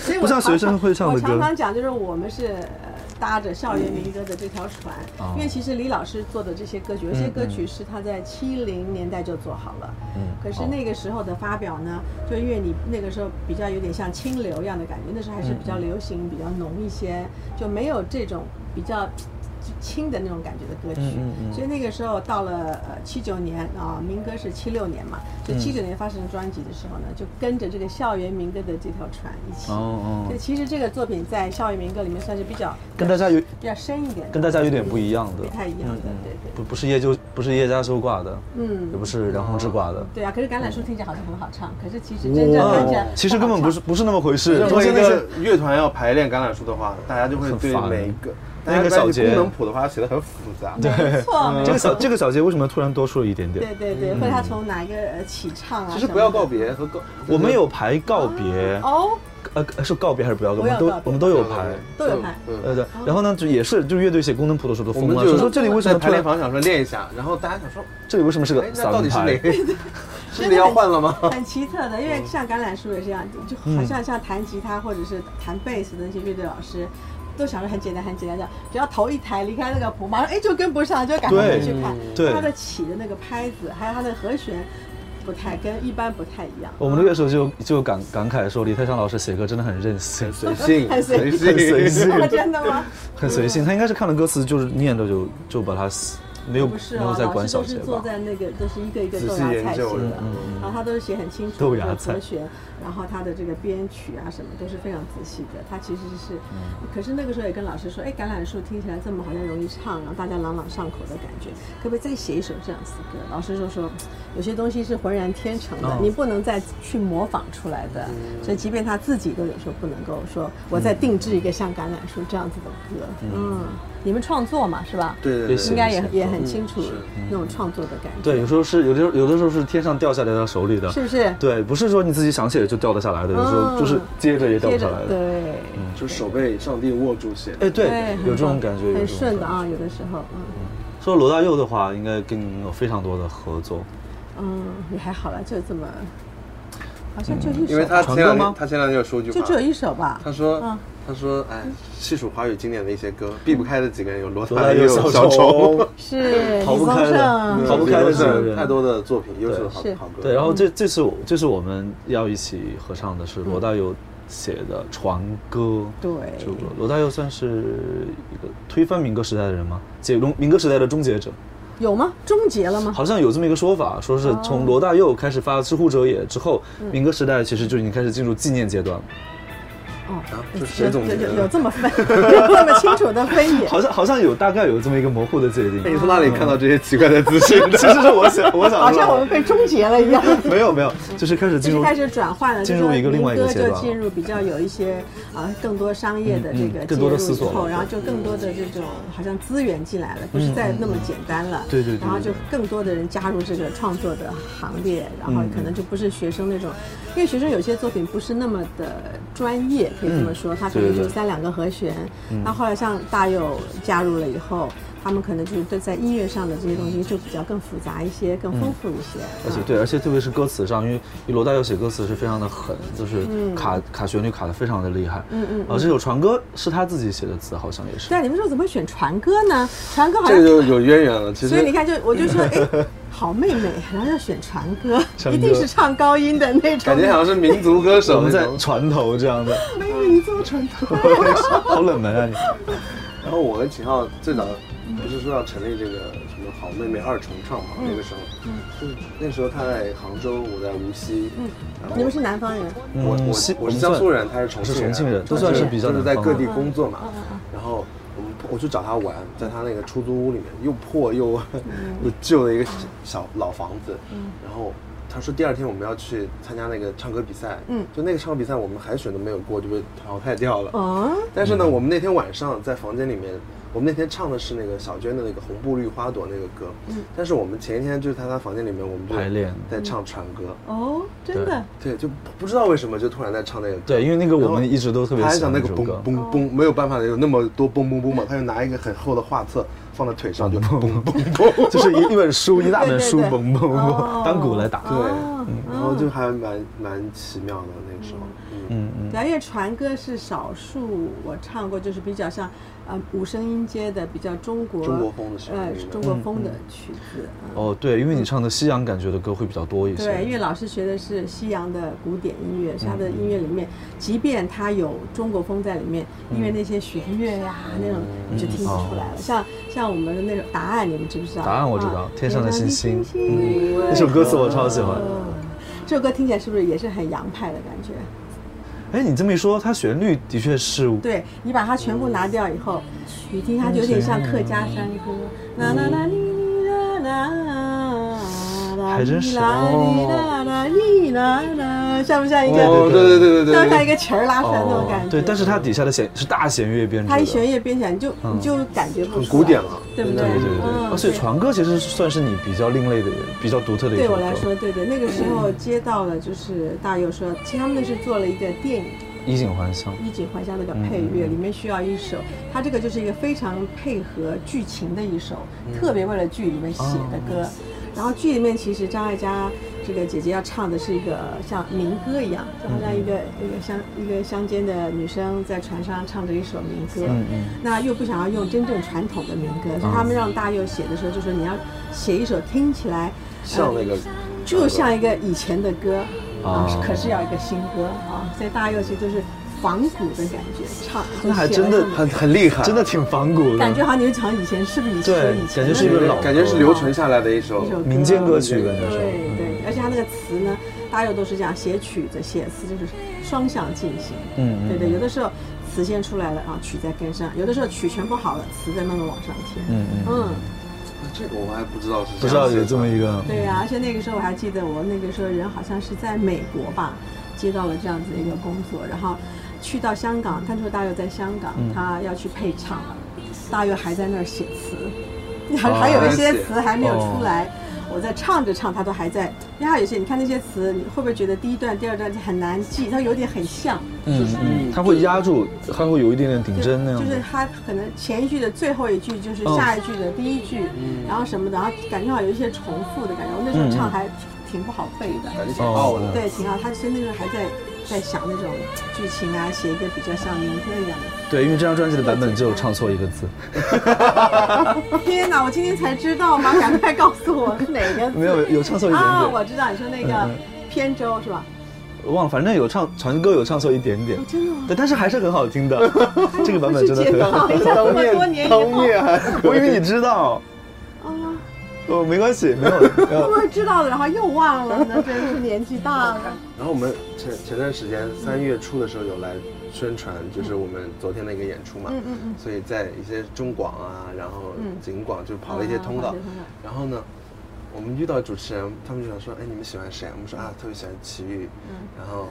所以我
不像学生
常
会唱的歌
我常常讲，就是我们是呃搭着校园民歌的这条船，
嗯哦
因为其实李老师做的这些歌曲，有些歌曲是他在七零年代就做好了，
嗯
可
哦
是那个时候的发表呢，就因为你那个时候比较有点像清流一样的感觉，那时候还
嗯
是比较流行、比较浓一些，就没有这种比较。就轻的那种感觉的歌
嗯
曲，所以那个时候到了呃七九年啊，民歌是七六年嘛，
嗯
就七九年发行专辑的时候呢，就跟着这个校园民歌的这条船一起，
哦
所以
哦，
其实这个作品在校园民歌里面算是比较
跟大家有
比较深一点的，
跟大家有点不一样的嗯
不太一样的，对对。
不不是叶就不是叶家修挂的，
嗯
也不是梁鸿志挂的。
对啊，可是橄榄树听起来好像很好唱，可是其实真正跟着，
其实根本不是，不是那么回事。
任
中
何一
间那些
个乐团要排练橄榄树的话，大家就会
很
对
烦
每一个
那
大
个
家把
小节
功能谱的话写的很复杂。对
没错，没
[LAUGHS] 这个
错
小这个小嗯节为什么突然多出了一点点？
对对对，或者他从哪一个呃起唱啊，
其实不要告
别
别和告，
我们有排告别，
哦，
呃，是告别还是不要告别？
不
我们都
要告别
我们都有
对
排。
都有排
嗯
呃，对，然后呢，就也是，就乐队写功能谱的时候
我
都疯
们
了，
就
说这里为什
在
么
排
突
练
然，
房想说练一下，然后大家想说，
这里为什么是
哎
个，
那到
散
底是
排
哪？ [LAUGHS] 个？是你要换了吗？
很奇特的，因为像橄榄树也是这样，就好像像弹吉他或者是弹贝斯的那些乐队老师。都想着很简单，很简单的，只要头一抬离开那个谱，马上哎就跟不上，就赶快回去看。
对
它的起的那个拍子，还有它的和弦，不太跟一般不太一样。
我们的乐手就就感感慨说，李泰祥老师写歌真的很任性，
随 [LAUGHS] 性，
[LAUGHS] 很随
随性，
随
意
性
真的吗？
很随性。他应该是看了歌词，就是念着就就把它没有
不是
没有
哦，
在
老
管
师
小
都
节
是坐
吧？
在那个都是一个一个
仔
豆
细
芽
研
菜
究
型
了
的，然后他都是写很清楚
嗯豆
这
芽
个
菜
和弦，然后他的这个编曲啊什么都是非常仔细的。他其实是，
嗯
可是那个时候也跟老师说，哎，橄榄树听起来这么好像容易唱，然后大家朗朗上口的感觉，可不可以再写一首这样子的歌？老师就说，有些东西是浑然天成
哦
的，你不能再去模仿出来的。
嗯
所以即便他自己都有时候不能够说，我再定制一个像橄榄树这样子的歌。嗯，你们创作嘛，是吧？
对对
也
对，
应该也
嗯是
也很清楚
是
那种创作的感觉，
对，有时候是有的时候有的时候是天上掉下来到手里的，
是不是？
对，不是说你自己想写就掉得下来的，有时候
嗯
就是接着也掉不
接
下
着
来的。
对，
[LAUGHS] 就手被上帝握住写的。
哎，对，有这种
很
感觉，有这
很
种
顺的
感觉。
啊，有的时候，嗯，
说罗大佑的话，应该跟你有非常多的合作，
嗯，也还好了，就这么，好
嗯
像就一首吧，
因为他前两
传歌
天
吗
他前两天有说一句
就只有
话，
一首吧。
他说、
嗯
他说哎，细数华语经典的一些歌，避不开的几个人有罗
多
大
大
佑、
有
哎小
丑，
是李
逃不
宗
开的
盛
嗯，逃不开的
是
几个人
太多的作品，优秀的好
是
好歌。
对，然后
嗯
这这次我这次我们要一起合唱的是罗大佑写的《船歌》。
对
这首歌，罗大佑算是一个推翻民歌时代的人吗？解中民歌时代的终结者，
有吗？终结了吗？
好像有这么一个说法，说
哦
是从罗大佑开始发《知乎者也》之后，
嗯
民歌时代其实就已经开始进入纪念阶段了。
哦，
啊
这是谁总结
有
的
有有这么
[LAUGHS]
分，有这么清楚的分野。
好像好像有大概有这么一个模糊的界定
哎，。你从哪里看到这些奇怪的资讯的？
[LAUGHS] 其实是我想我想
好像我们被终结了一
[LAUGHS]
样。
没有没有，就是开始进
就是
入
开始转换了，
进入一个
就是
另外一个
民歌
阶段
就进入比较有一些啊、更多商业的这
嗯
个
嗯更多的
介入
思索
之后，
了
然后就更多的这种好像资源进来了，不是再那么简单了。
嗯对对对
然后就更多的人加入这个创作的行列，然后可能就不是学生那种，因为学生有些作品不是那么的专业，可以这么说，他可能
对嗯对
就三两个和弦。那后来像大佑加入了以后。他们可能就是对在音乐上的这些东西就比较更复杂一些，更丰富一些。
而且
嗯
对，而且特别是歌词上，因为罗大佑写歌词是非常的狠，就是卡、卡旋律卡的非常的厉害。
嗯嗯
啊、这首《船歌》是他自己写的词，好像也是。
对啊，你们说怎么选船歌呢？船歌好
[LAUGHS] 这个
像，
就有渊源了。其
所以你
实
看就，我就
[LAUGHS]
说，哎，好妹妹，然后要选船歌，
船
一
歌
定是唱高音的那种
感觉好像是民族歌
我
手
们
[LAUGHS] 那
在
种。
船头这样的，
哎你这么传统，
[LAUGHS] 好冷门啊你！
然后我跟秦昊最早不是说要成立这个什么好妹妹二重唱嘛？
嗯
那个时候，就是那时候他在杭州，我在无锡，然后
嗯你们是南方人，
我
嗯
我
西
我是
我们
江
算
苏人，他是重
是
庆
重庆人都
但
算是比较
就是
南
在
方
各
的嗯
地工作嘛。
嗯
然后我们我去找他玩，在他那个出租屋里面，又破又
嗯
[LAUGHS] 又旧的一个小老房子。然后他说第二天我们要去参加那个唱歌比赛，
嗯
就那个唱歌比赛我们海选都没有过就被淘汰掉了。
哦，
但
嗯
是呢，我们那天晚上在房间里面，我们那天唱的是那个小娟的那个《红布绿花朵》那个歌，
嗯
但是我们前一天就是在她房间里面，我们就
排练
在唱船歌，
哦，真的，
对，就不知道为什么就突然在唱那个歌。
对，因为那个我
然后
们一直都特别
他还
喜
想
欢
那
这
个
首
嘣
歌。
嘣嘣，没有办法有那么多嘣嘣嘣嘛，他就拿一个很厚的画册放在腿上就嘣嘣嘣，
就是一一本书，一大本书，
对对对
嘣嘣
哦嗯
嘣，单鼓来打。
对，然后就还蛮蛮奇妙的那个时候，嗯，
嗯嗯，
对啊，因为船歌是少数我唱过，就是比较像，呃，五声音阶的比较中国
中国风的嗯旋律
呃，中国风的曲子。嗯
哦对，因为你唱的西洋感觉的歌会比较多一些。
对，因为老师学的是西洋的古典音乐，所以他
嗯
的音乐里面，即便他有中国风在里面，因
嗯
为那些弦乐呀、那种，你就听不出来了。像像我们的那种答案，你们知不知道？
答案我知道
啊
天上的星星嗯
因为
那首歌词我超喜欢。
嗯这首歌听起来是不是也是很洋派的感觉？
哎，你这么一说，它旋律的确是
对你把它全部拿掉以后，你听它就有点像客家山歌，啦
嗯
啦啦哩哩啦啦。
还真是哦
哩啦啦哩啦啦，像不像一个
哦，对对对对对
像不像一
对，哦
个弦儿拉出来那种感觉。
哦对，但是它底下的弦是大弦乐编制
它
的，
一弦乐编起来，你就你就感觉不出
嗯很
来
古典，了，
对不
真的
对对对
嗯
而且
对
船歌其实算是你比较另类的、比较独特的一
对
首歌。
我来说，对对，那个时候接到了，就是大佑说，其实他们那是做了一个电影
衣锦还乡
《衣锦还乡》那个配
嗯
乐，里面需要一首，它这个就是一个非常配合剧情的一首，
嗯
特别为了剧里面写
哦
的歌。然后剧里面其实张艾嘉这个姐姐要唱的是一个像民歌一样，就好
嗯
像一个一个乡一个乡间的女生在船上唱着一首民歌。
嗯
那又不想要用真正传统的民歌，
啊
所以他们让大佑写的时候就说你要写一首听起来呃
像那个
就像一个以前的歌啊
啊，
可是要一个新歌啊，所以大佑其实就是仿古的感觉，唱
那还真的
很很厉害，
真的挺仿古的，
感觉好像你就讲以前是不是以前
对
以前
感觉是一
的
个
那
老
种
感觉是流传下来的一首
一首歌
民间歌曲感觉
对
是。
对，而且他那个词呢，大佑都是这样，写曲子写词就是双向进行，
嗯
对对，有的时候词先出来了啊，曲再跟上，有的时候曲全部好了，词再慢慢往上填，
嗯嗯，
嗯。
这个我还不知道是
不知道有这么
个。
一个，
对呀、而且那个时候我还记得，我那个时候人好像是在美国吧，接到了这样子的一个工作，然后去到香港，但是大佑在香港，他要去配 [LAUGHS] 唱了，大佑还在那儿写词，还还有一些词还没有出来。我在唱着唱，它都还在。因为它有些，你看那些词，你会不会觉得第一段、第二段很难记？它有点很像，
就是
嗯它会压住，它会有一点点顶
就
针那样
就
子。
是它可能前一句的最后一句就是下一句的第一句，然后什么的，然后感觉好像有一些重复的感觉。我那时候唱还挺挺不好背的，
感觉挺傲
嗯哦
的。
对，挺好。他其实那时候还在在想那种剧情啊，写一个比较像民歌一样的。
对，因为这张专辑的版本只有唱错一个
[LAUGHS]
字，
哦天哪，我今天才知
[LAUGHS]
道吗？赶快告诉我是哪个字
没有有嗯唱错一点
啊！
点，
我知道你说那个扁舟是吧？
我忘了，反正有唱传歌有唱错一点点，
真的吗？
对，但是还是很好听
[LAUGHS]
的，这个版本真的
去检
很好。
讨一下，这么多年以后
还
[LAUGHS]
我以为你知道，
啊，
哦，没关系，没有，没
会
有
不会知道了，然后又忘了呢？真是年纪大
[LAUGHS]
了。
然后我们前前段时间三月初的时候有来宣传，就是我们昨天的一个演出嘛，
嗯嗯嗯
所以在一些中广啊，然后
嗯
景广就跑了一些通道，
啊跑了一些通道
然后呢，我们遇到主持人，他们就想说，哎，你们喜欢谁？我们说啊，特别喜欢齐豫，
嗯
然后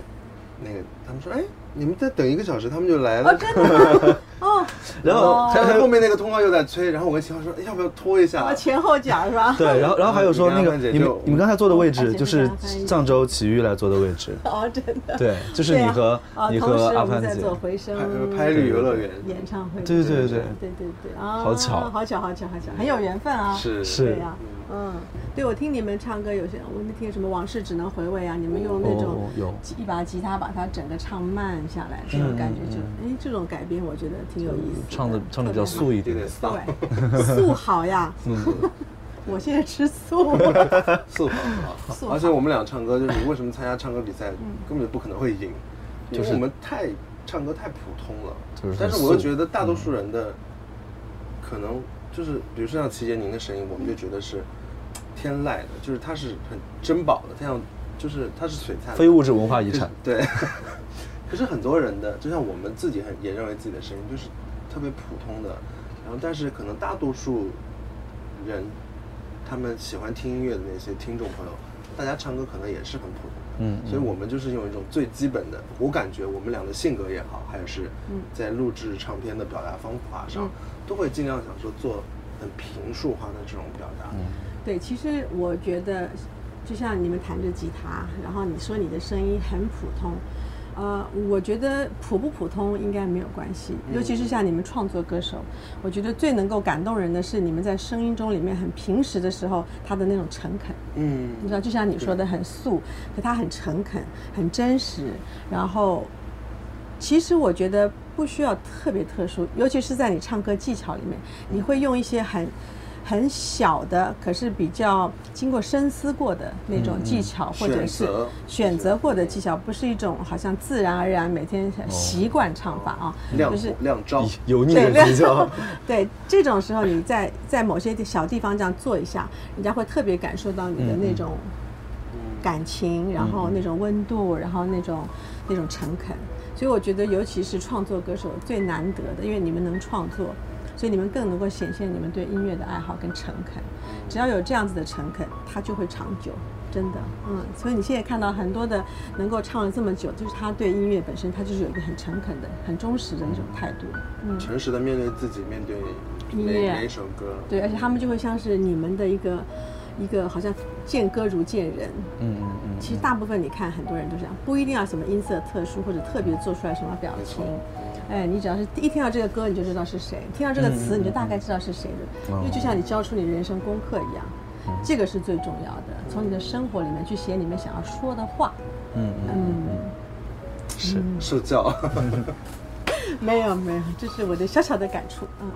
那个他们说，哎，你们再等一个小时，他们就来了。
哦，
[LAUGHS]
真的吗哦，
然后
还有
[LAUGHS]
还有后面那个通告又在催，然后我跟秦昊说，哎，要不要拖一下
啊？前后脚是吧？
对，然后然后还有说那个
你看姐
你们
就
你们刚才坐的位置
哎
就是
姐姐
上周齐豫来坐的位
[LAUGHS]
置，
[LAUGHS] 哦，真的。
对，就是你和
啊，
你
同时
和阿
我
潘
们在
姐，
做回声
拍拍绿游乐园
嗯演唱会。
对对对对
对对对啊，
好巧
好巧，好巧，好巧，很有缘分啊。
是
是
对呀，嗯，对我听你们唱歌，有些我们听什么往事只能回味啊，你们用那种
哦有
吉一把吉他把它整个唱慢下来，这种感觉就，哎，这种改编我觉得挺有意思
嗯
的。
唱的唱的比较素嗯一
有
点
点，丧，
对，素
[LAUGHS]
好呀。 [LAUGHS] 我现在吃素。
素好
素
啊！
好
而且我们俩唱歌，就是你为什么参加唱歌比赛，根本就不可能会赢，因为我们太唱歌太普通了。
就是
但
很
是我又
素嗯
觉得大多数人的可能就是，比如说像齐杰宁的声音，我们就觉得是天籁的，就是它是很珍宝的，它像就是它是璀璨的
非物质文化遗
就是
产，
[LAUGHS] 对。可是很多人的，就像我们自己很也认为自己的声音就是特别普通的，然后但是可能大多数人，他们喜欢听音乐的那些听众朋友，大家唱歌可能也是很普通的。
嗯嗯
所以我们就是用一种最基本的，我感觉我们俩的性格也好，还是
嗯
在录制唱片的表达方法上，都会尽量想说做很平述化的这种表达。
嗯
对，其实我觉得，就像你们弹着吉他，然后你说你的声音很普通，呃，我觉得普不普通应该没有关系，尤其是像你们创作歌手，我觉得最能够感动人的是你们在声音中里面很平时的时候，他的那种诚恳。
嗯，
你知道，就像你说的很素，可他很诚恳、很真实。然后，其实我觉得不需要特别特殊，尤其是在你唱歌技巧里面，你会用一些很很小的，可是比较经过深思过的那种技巧，或者
嗯选
是
择
选择过的技巧，不是一种好像自然而然每天
哦
习惯唱法啊，
亮
就是
亮招，
油腻
哦对 [LAUGHS]
的哦比较，
对， [LAUGHS] 这种时候你在在某些地小地方这样做一下，人家会特别感受到你的那种感情，然后那种温度，然后那种那种诚恳。所以我觉得，尤其是创作歌手最难得的，因为你们能创作，所以你们更能够显现你们对音乐的爱好跟诚恳。只要有这样子的诚恳，它就会长久。真的，嗯，所以你现在看到很多的能够唱了这么久，就是他对音乐本身，他就是有一个很诚恳的、很忠实的一种态度。嗯，
诚实的面对自己，面对
音
每
乐
每一首歌。
对，而且他们就会像是你们的一个一个好像见歌如见人。
嗯嗯嗯，
其实大部分你看很多人都这样，不一定要什么音色特殊或者特别做出来什么表情。哎，你只要是一听到这个歌你就知道是谁，听
嗯
到这个词你就大概知道是谁
哦
的，因为就像你交出你人生功课一样。
嗯
这个是最重要的，从你的生活里面去写你们想要说的话。
嗯
嗯，
受教。 [LAUGHS]
嗯没有没有，这是我的小小的感触。嗯，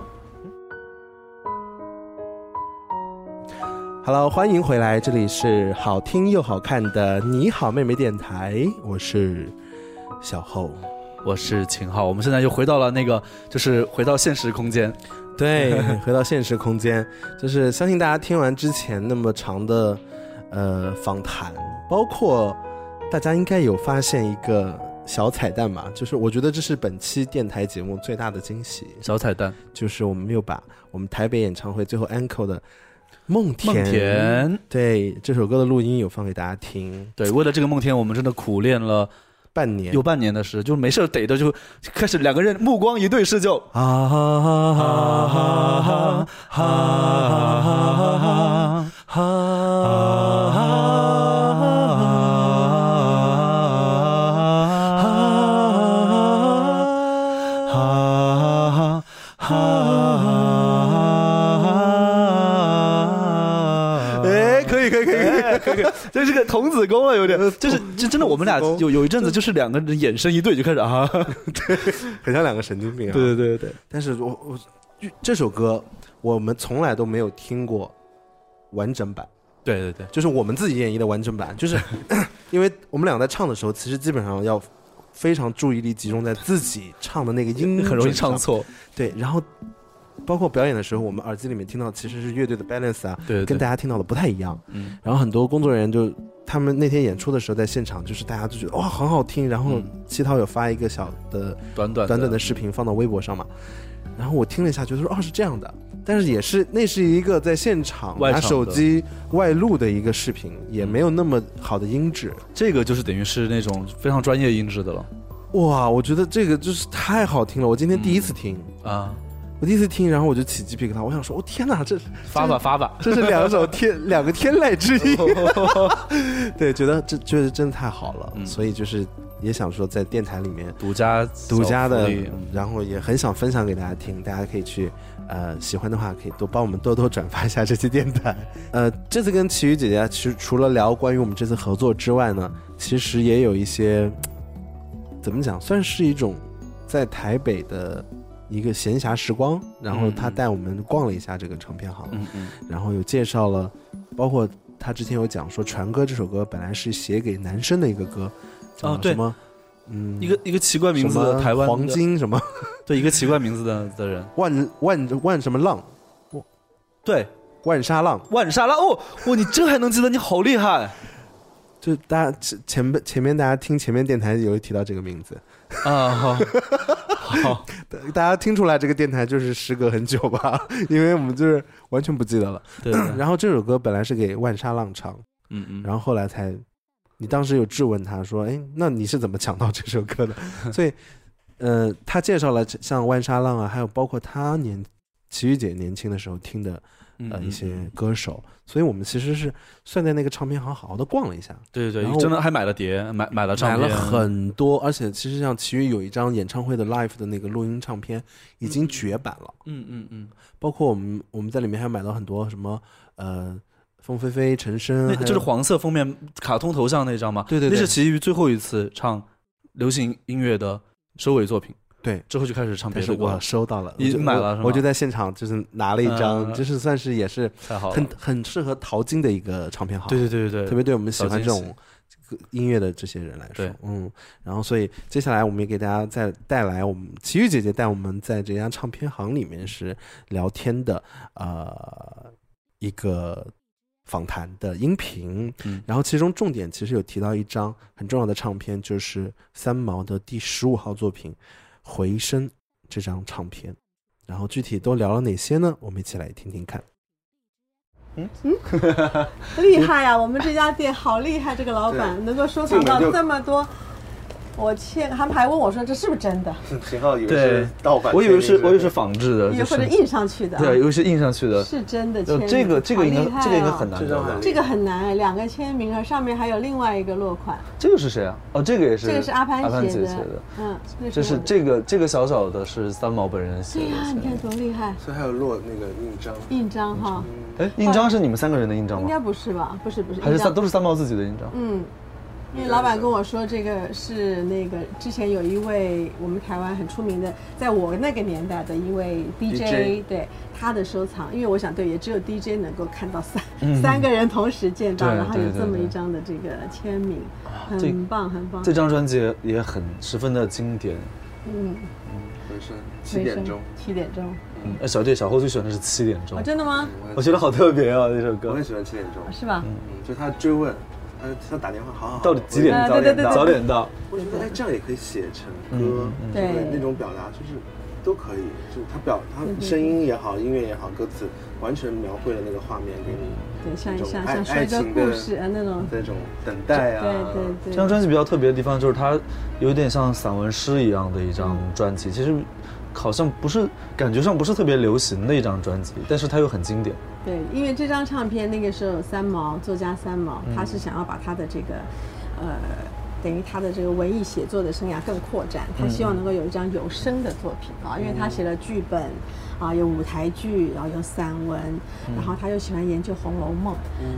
好了，欢迎回来，这里是好听又好看的你好妹妹电台，我是小厚。
我是秦昊，我们现在又回到了那个，就是回到现实空间。
对， [LAUGHS] 回到现实空间，就是相信大家听完之前那么长的呃访谈，包括大家应该有发现一个小彩蛋吧，就是我觉得这是本期电台节目最大的惊喜，
小彩蛋，
就是我们又把我们台北演唱会最后 encore 的《梦
梦
田》
田，
对这首歌的录音有放给大家听，
对，为了这个梦田，我们真的苦练了
半年
有半年的时，就是没事儿逮着就开始两个人目光一对视就
啊哈哈
啊
哈哈
哈哈哈哈哈哈
哈
哎，可以可以可以可以可以，这是个童子功啊，有点，就是这真的，我们俩
童子功
有有一阵子就是两个人眼神一对就开始啊，
很像两个神经病啊。
对对对对，
但是我我这首歌我们从来都没有听过完整版，
对对对，
就是我们自己演绎的完整版，就是 [COUGHS] 因为我们俩在唱的时候，其实基本上要非常注意力集中在自己唱的那个音，
很容易唱。错，
对，然后包括表演的时候，我们耳机里面听到其实是乐队的 balance 啊，
对对对
跟大家听到的不太一样。
嗯，
然后很多工作人员就他们那天演出的时候，在现场就是大家都觉得哇很好听，然后
嗯
七涛有发一个小的
短短
短短的视频放到微博上嘛。然后我听了一下，觉得说哦是这样的，但是也是那是一个在现场
外
拿
场的嗯
手机外录的一个视频，也没有那么好的音质。
这个就是等于是那种非常专业音质的了
哇，我觉得这个就是太好听了，我今天第一次听，
啊，
我第一次听，然后我就起鸡皮疙瘩，我想说，我、天哪，这
发吧发吧，
这是两首天两个天籁之音，对，觉得这觉得真的太好了，
嗯
所以就是也想说在电台里面
独家
独家
小
的
福利嗯，
然后也很想分享给大家听，大家可以去呃喜欢的话可以多帮我们多多转发一下这期电
[LAUGHS]
台。呃，这次跟奇遇姐姐其实除了聊关于我们这次合作之外呢，其实也有一些怎么讲，算是一种在台北的。一个闲暇时光，然后她
嗯
带我们逛了一下这个唱片行，
嗯嗯，
然后有介绍了，包括他之前有讲说《船歌》这首歌本来是写给男生的一个歌，叫
哦对
什么？嗯，
一个一个奇怪名字
什么
的台湾的
黄，金什么
对一个奇怪名字的的人，
万万万什么浪
对
万沙浪，
万沙拉哦，哇，你这还能记得，你好厉害
就大家前前面前面大家听前面电台有提到这个名字，
啊！ [LAUGHS] 好，好，
大大家听出来这个电台就是时隔很久吧， [LAUGHS] 因为我们就是完全不记得了。
对， [COUGHS] 对对
然后这首歌本来是给万沙浪唱，
嗯嗯，
然后后来才，你当时有质问他说：“哎，那你是怎么抢到这首歌的？” [LAUGHS] 所以，呃，他介绍了像万沙浪啊，还有包括他年齐豫姐年轻的时候听的
嗯
呃
嗯
一些歌手，所以我们其实是算在那个唱片行好好的逛了一下，
对对
然
对，
后
真的还买了碟，买买了
买
唱
了
片，啊
很多，而且其实像齐豫有一张演唱会的 live 的那个录音唱片已经绝版了，
嗯嗯嗯，
包括我们我们在里面还买到很多什么呃凤飞飞、陈升
那，
还有
就是黄色封面卡通头像那张嘛，
对对对
那是齐豫最后一次唱流行音乐的收尾作品，
对，
之后就开始唱别
但是
的歌
我
了，
收到了，
你
我就
买
我
了是吗
我就在现场就是拿了一张，
嗯
就是算是也是
太好了
很，很适合淘金的一个唱片行，
对对对对对，
特别对我们喜
小
欢这
惊喜
种这个音乐的这些人来说
对，
嗯，然后所以接下来我们也给大家再带来我们奇遇姐姐带我们在这家唱片行里面是聊天的呃一个访谈的音频，
嗯
然后其中重点其实有提到一张很重要的唱片，就是三毛的第十五号作品《回声》这张唱片。然后具体都聊了哪些呢？我们一起来听听看。
厉害呀、我们这家店好厉害，这个老板能够收藏到
进门就
这么多。我欠，他们还问我说这是不是真的，
秦昊以为
对
是盗版，
我以为是
签名
我以为是仿制的，
也
就
或
是
者印上去的啊，
对，尤其印上去的，
是真的签
呃
名。
这个这个应该
好厉害
这个应该
哦
很难
这
得
张很
吧？
这个很难哎，两个签名啊，上面还有另外一个落款，
这个是谁啊？哦，这个也是
这个是阿潘
阿潘
写
姐
的
写的。，
嗯，那
这
是
是
我的。
这个这个小小的是三毛本人写
对
的
呀，你看
写
多厉害，
所以还有落那个印章，
印章哈，
的。哎，印章是你们三个人的印章
应
吗
该？不是吧？不是不是，
还是
印章
三都是三毛自己的印章？
嗯，因为老板跟我说，这个是那个之前有一位我们台湾很出名的，在我那个年代的一位 DJ，,
DJ
对他的收藏，因为我想对，也只有 DJ 能够看到三、
嗯
三个人同时见到，
对
然后
对
有
对
这么
对
一张的这个签名，
这
很棒很棒
这。张专辑也很十分的经典。
嗯，
回声七点钟，
七点钟，
嗯，哎，小弟小后最喜欢的是七点
哦，
钟，
真的吗？
我觉得好特别啊，这首
我
歌
很。喜欢七点钟，
是吧？
嗯，就他追问，他他打电话，好好好，
到底几点
啊
早
对
点
对
到？
对
早点到。
我觉得哎，这样也可以写成歌
嗯，嗯
嗯对嗯
就是那种表达就是都可以，就是他表他声音也好，音乐也好，歌词完全描绘了那个画面给你
对，像
这种
像
爱
像说一个
爱情的
故事啊那种，
那种等待
对
啊，
对
这
对
张。专辑比较特别的地方就是它有点像散文诗一样的一张专辑，其实好像不是感觉上不是特别流行的一张专辑，但是它又很经典。
对，因为这张唱片那个时候三毛作家三毛，他是想要把他的这个，呃，等于他的这个文艺写作的生涯更扩展，他希望能够有一张有声的作品啊，因为他写了剧本，啊，有舞台剧，然后有散文，然后他又喜欢研究《红楼梦》。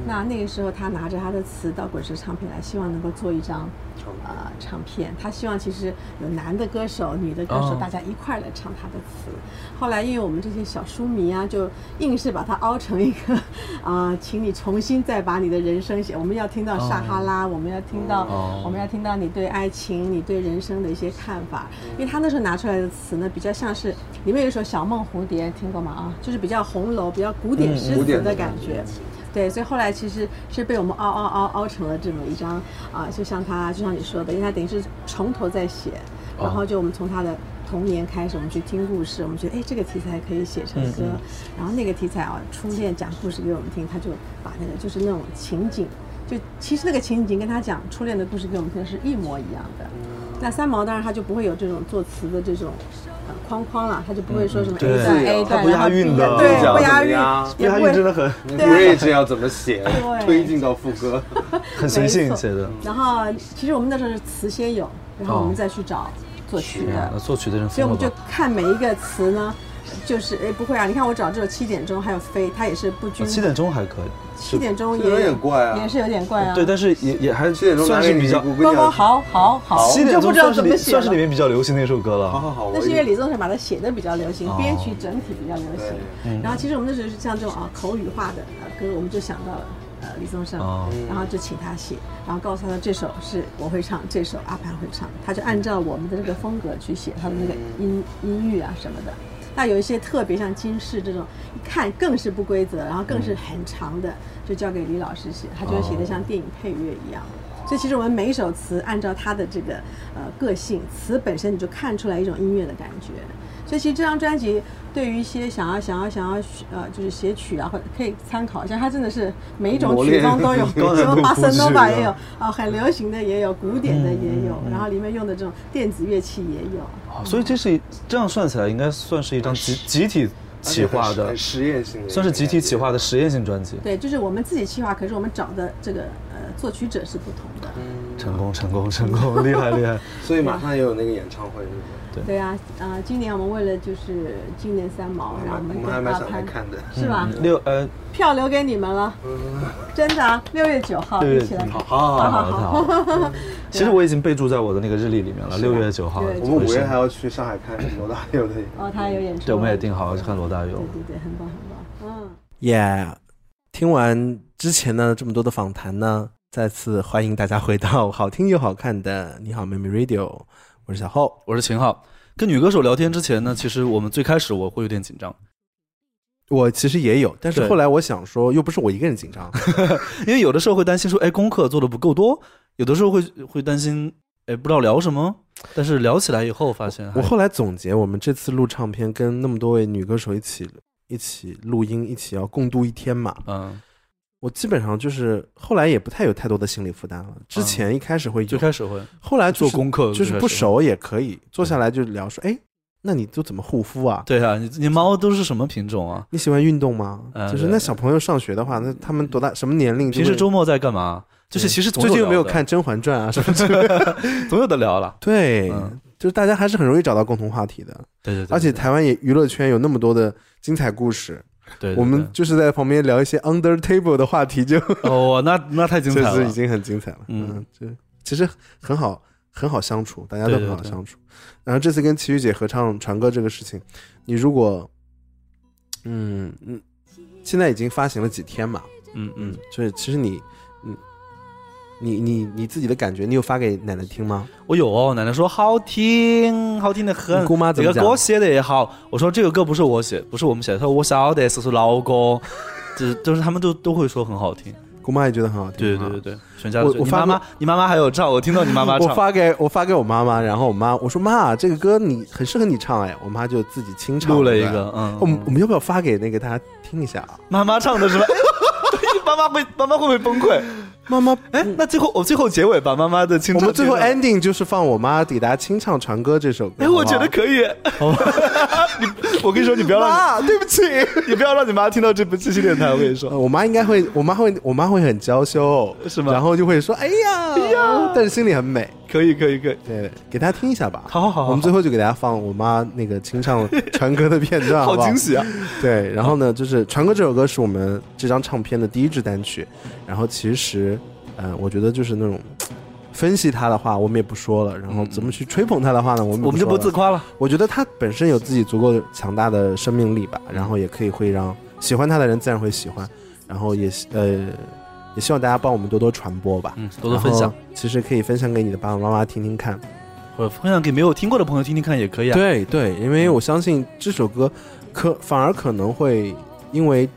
那那个时候，他拿着他的词到滚石唱片来，希望能够做一张
唱片
呃唱片。他希望其实有男的歌手、女的歌
哦
手，大家一块儿来唱他的词。后来因为我们这些小书迷啊，就硬是把它凹成一个 [LAUGHS] 啊、请你重新再把你的人生写。我们要听
哦
到撒哈拉，我们要听到、我们要听到你对爱情、你对人生的一些看法。因为他那时候拿出来的词呢，比较像是里面有一首《小梦蝴蝶》，听过吗？啊，就是比较红楼、比较古典诗
嗯古典
词
的
的感觉。对，所以后来其实是被我们凹凹凹凹成了这么一张啊、就像他就像你说的，因为他等于是从头在写，然后就我们从他的童年开始，我们去听故事，我们觉得哎这个题材可以写成歌，然后那个题材啊初恋讲故事给我们听，他就把那个就是那种情景，就其实那个情景跟他讲初恋的故事给我们听是一模一样的。那三毛当然他就不会有这种作词的这种。呃框框了，他就不会说什么 A
对
段 A
他
段，
不
然
押
后
韵
B
的，
呃
段对，
讲
不
怎
押
么
韵
样，
也
押
不
韵
会
真的很
对啊
bridge 要怎么写，
对
推进到副歌，
很随性
没错
写的。
然后其实我们那时候是词先有，然后我们再去找作曲的，
哦啊那作曲的人
所以
疯
我
了
们就
吧？
看每一个词呢，就是哎不会啊，你看我找这首七点钟还有飞，它也是不均
啊七
匀，
点钟还可以，
七点钟
这有
也
点怪啊
也是有点怪啊。
对，，但是也也还
七点钟拿
算
给
是
你
比较。
我跟
刚
你
刚
讲，
好好好，
七点
就不
钟
知
算
道
是
怎么
里
写了
算是里面比较流行的一首歌
好
了。
好好，我
那是因为
已
李宗盛把它写的比较流行，编曲整体比较流行。然后其实我们那时候是像这种啊口语化的呃歌，我们就想到了呃李宗盛，
哦
嗯
然后就请他写，然后告诉他这首是我会唱，这首阿潘会唱，他就按照我们的这个风格去写他的那个
嗯
音音域啊什么的。那有一些特别像金饰这种，一看更是不规则，然后更是很长的，就交给李老师写，他就会写的像电影配乐一样。所以其实我们每一首词，按照它的这个呃个性，词本身你就看出来一种音乐的感觉。所以其实这张专辑对于一些想要想要想要学呃就是写曲啊，或者可以参考一下，它真的是每一种
磨
曲
练
风都 [LAUGHS] 有，
刚才
什么
都
巴
不
塞
是
诺瓦
啊
也有，嗯啊很流行的也有，古典的也有，然后里面用的这种电子乐器也有。
哦所以这是这样算起来，应该算是一张集集体企划的
很，实验性的，
算是集体企划的实验性专辑。
对，就是我们自己计划，可是我们找的这个呃作曲者是不同的。
成功，成功，成功，厉害，厉害！
所以马上也有那个演唱会，是不
对啊，啊、今年我们为了就是纪念三毛，
是
然后我们
我
跟
们还蛮
阿
想来
潘，
看的。
是吧？
六呃，
[LAUGHS] 票留给你们了， [LAUGHS] 真的啊，六月九号
六月
一起来看。
好
太
好
好了，
[LAUGHS]
太
啊
好了。其实我已经备注在我的那个日历里面了，六月九号。
对
[LAUGHS] 我们五月还要去上海看罗大佑的，
哦，他有演出。
对，我们也定好要去看罗大佑
嗯
对。对对，很棒很棒。嗯，
Yeah，听完之前呢这么多的访谈呢，再次欢迎大家回到好听又好看的你好妹妹 Radio，我是小厚。
我是秦昊。跟女歌手聊天之前呢，其实我们最开始我会有点紧张，
我其实也有，但是
对
后来我想说，又不是我一个人紧 [LAUGHS] 张，
因为有的时候会担心说，哎，功课做的不够多；有的时候会会担心，哎，不知道聊什么。但是聊起来以后，发现还
我后来总结，我们这次录唱片跟那么多位女歌手一起一起录音，一起要共度一天嘛，
嗯，
我基本上就是后来也不太有太多的心理负担了。之前一开始会有，
最啊开始会
后来就
做
是
功课，
就是
最开始
不。熟也可以坐下来就聊说，哎，那你都怎么护肤啊？
对啊，你你猫都是什么品种啊？
你喜欢运动吗？
呃
就是那小朋友上学的话，那他们多大什么年龄就
平
会？
时周末在干嘛？就是
对
其实总
最近
有
有没有
聊的
看《甄嬛传》啊什
[LAUGHS]
么之类的？
总有的聊了。
对，
嗯
就是大家还是很容易找到共同话题的。
对对对，
而且
对
台湾也娱乐圈有那么多的精彩故事，
对对
我们
对
就是在旁边聊一些 under table 的话题就，
哦，那那太精
就
彩了，
是已经很精彩了。
嗯
嗯，就其实很好，很好相处，大家都
对对
很好
对
相处。然后这次跟齐豫姐合唱《传歌》这个事情，你如果，嗯嗯，现在已经发行了几天嘛，
嗯
嗯
嗯，，
就是其实你，嗯，你你你自己的感觉，你有发给奶奶听吗？
我有哦，奶奶说好听，好听的很。
你姑妈怎么
这
讲
个歌写的也好，我说这个歌不是我写，不是我们写的，她说我晓得是是老歌，就是就是他们都都会说很好听。
姑妈也觉得很好听。
对对
啊
对对，全家
我
都觉得
我
你
发
妈妈，你妈妈还有唱，我听到你妈妈
我
唱。
发给我发给我妈妈，然后我妈我说妈，这个歌你很适合你唱哎，我妈就自己清唱
录了一
段
个，嗯，
我们哦我们要不要发给那个大家听一下啊？ [LAUGHS]
妈妈唱的是吧？妈妈会妈妈会不会崩溃？
妈妈，
哎，那最后我最后结尾把妈妈的清
我
唱
们最后
接上
ending 就是放我妈给大家清唱《传歌》这首歌。
哎，我
好
觉
不好
得可以。你我跟你说，你不要让你对不起，你不要让你妈听到这部这期电台。我跟你说
呃，我妈应该会，我妈会，我妈会很娇羞，
是吗
然后就会说：“哎呀，哎呀！”但是心里很美。
可以可以可以，
对，给大家听一下吧。
好好好好
我们最后就给大家放我妈那个清唱传歌的片
[LAUGHS]
段，好
好
不好
惊！喜啊！
[LAUGHS] 对，然后呢，就是《传歌》这首歌是我们这张唱片的第一支单曲，然后其实，嗯、我觉得就是那种分析它的话，我们也不说了，然后怎么去吹捧它的话呢，我们
嗯我们就不
不
自。夸了，
我觉得它本身有自己足够强大的生命力吧，然后也可以会让喜欢它的人自然会喜欢，然后也希呃也希望大家帮我们多多传播吧，
嗯，多多分享，，
其实可以分享给你的爸爸妈妈听听看。
或者分享给没有听过的朋友听听看也可以啊。
对对，因为我相信这首歌可反而可能会因为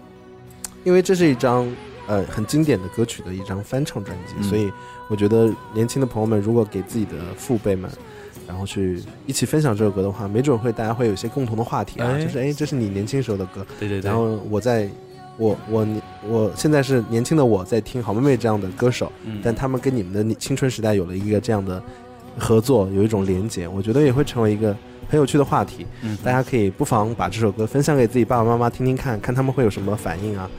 因为这是一张呃很经典的歌曲的一张翻唱专辑，
嗯
所以我觉得年轻的朋友们如果给自己的父辈们。然后去一起分享这首歌的话，没准会大家会有一些共同的话题啊，
哎
就是哎，这是你年轻时候的歌，
对对对，
然后我在，我我我现在是年轻的我在听好妹妹这样的歌手，
嗯
但他们跟你们的你青春时代有了一个这样的合作，有一种连接，我觉得也会成为一个很有趣的话题。
嗯
大家可以不妨把这首歌分享给自己爸爸妈妈听听看，看他们会有什么反应啊？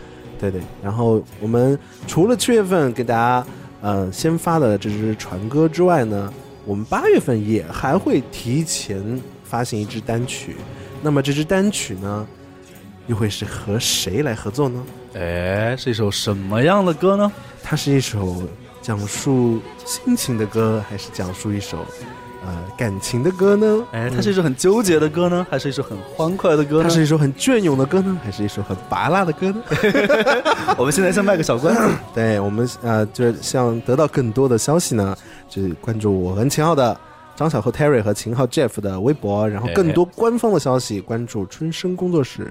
对对。然后我们除了七月份给大家呃先发的这支传歌之外呢，我们八月份也还会提前发行一支单曲。那么这支单曲呢，又会是和谁来合作呢？
哎，是一首什么样的歌呢？
它是一首讲述心情的歌，还是讲述一首呃感情的歌呢？
哎，它是一首很纠结的歌呢，还是一首很欢快的歌
它
呢？
是一首很隽永的歌呢，还是一首很拔辣的歌呢？ [LAUGHS]
我们现在先卖个小关子，
对我们呃，就是想得到更多的消息呢，就是关注我跟秦昊的张小厚 Terry 和秦昊 Jeff 的微博，然后更多官方的消息关注春生工作室。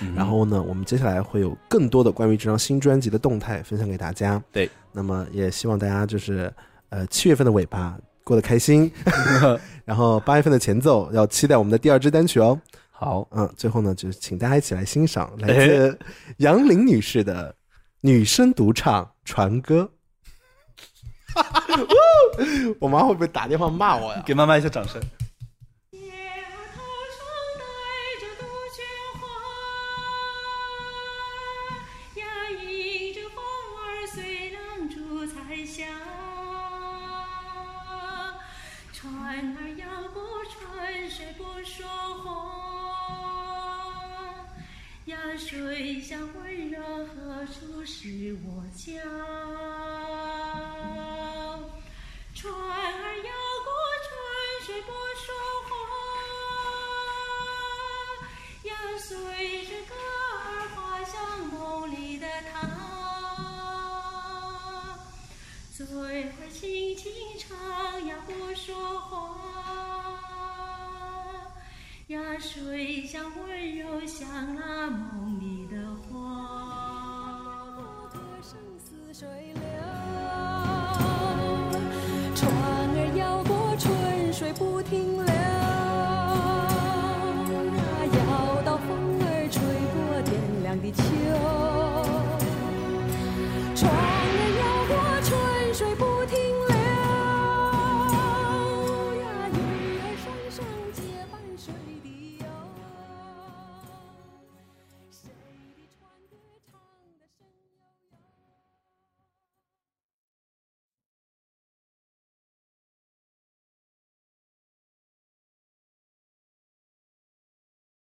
嗯
然后呢，我们接下来会有更多的关于这张新专辑的动态分享给大家。
对，
那么也希望大家就是呃七月份的尾巴过得开
[LAUGHS]
心，然后八月份的前奏要期待我们的第二支单曲哦。
好，
嗯，最后呢，就是请大家一起来欣赏来
[LAUGHS]
自杨玲女士的女声独唱《船歌》。 [LAUGHS] 我妈会不会打电话骂我呀？
给妈妈一些掌声。
夜头上戴着杜鹃花，呀，迎着风儿随浪逐彩霞。船儿摇不船，水不说话，呀，水乡温柔，何处是我家？船儿摇过春水不说话，呀，随着歌儿滑向梦里的他。嘴儿轻轻唱呀，不说话呀，水乡温柔像那梦里的花。不可胜似水流，船儿摇过春水不停留。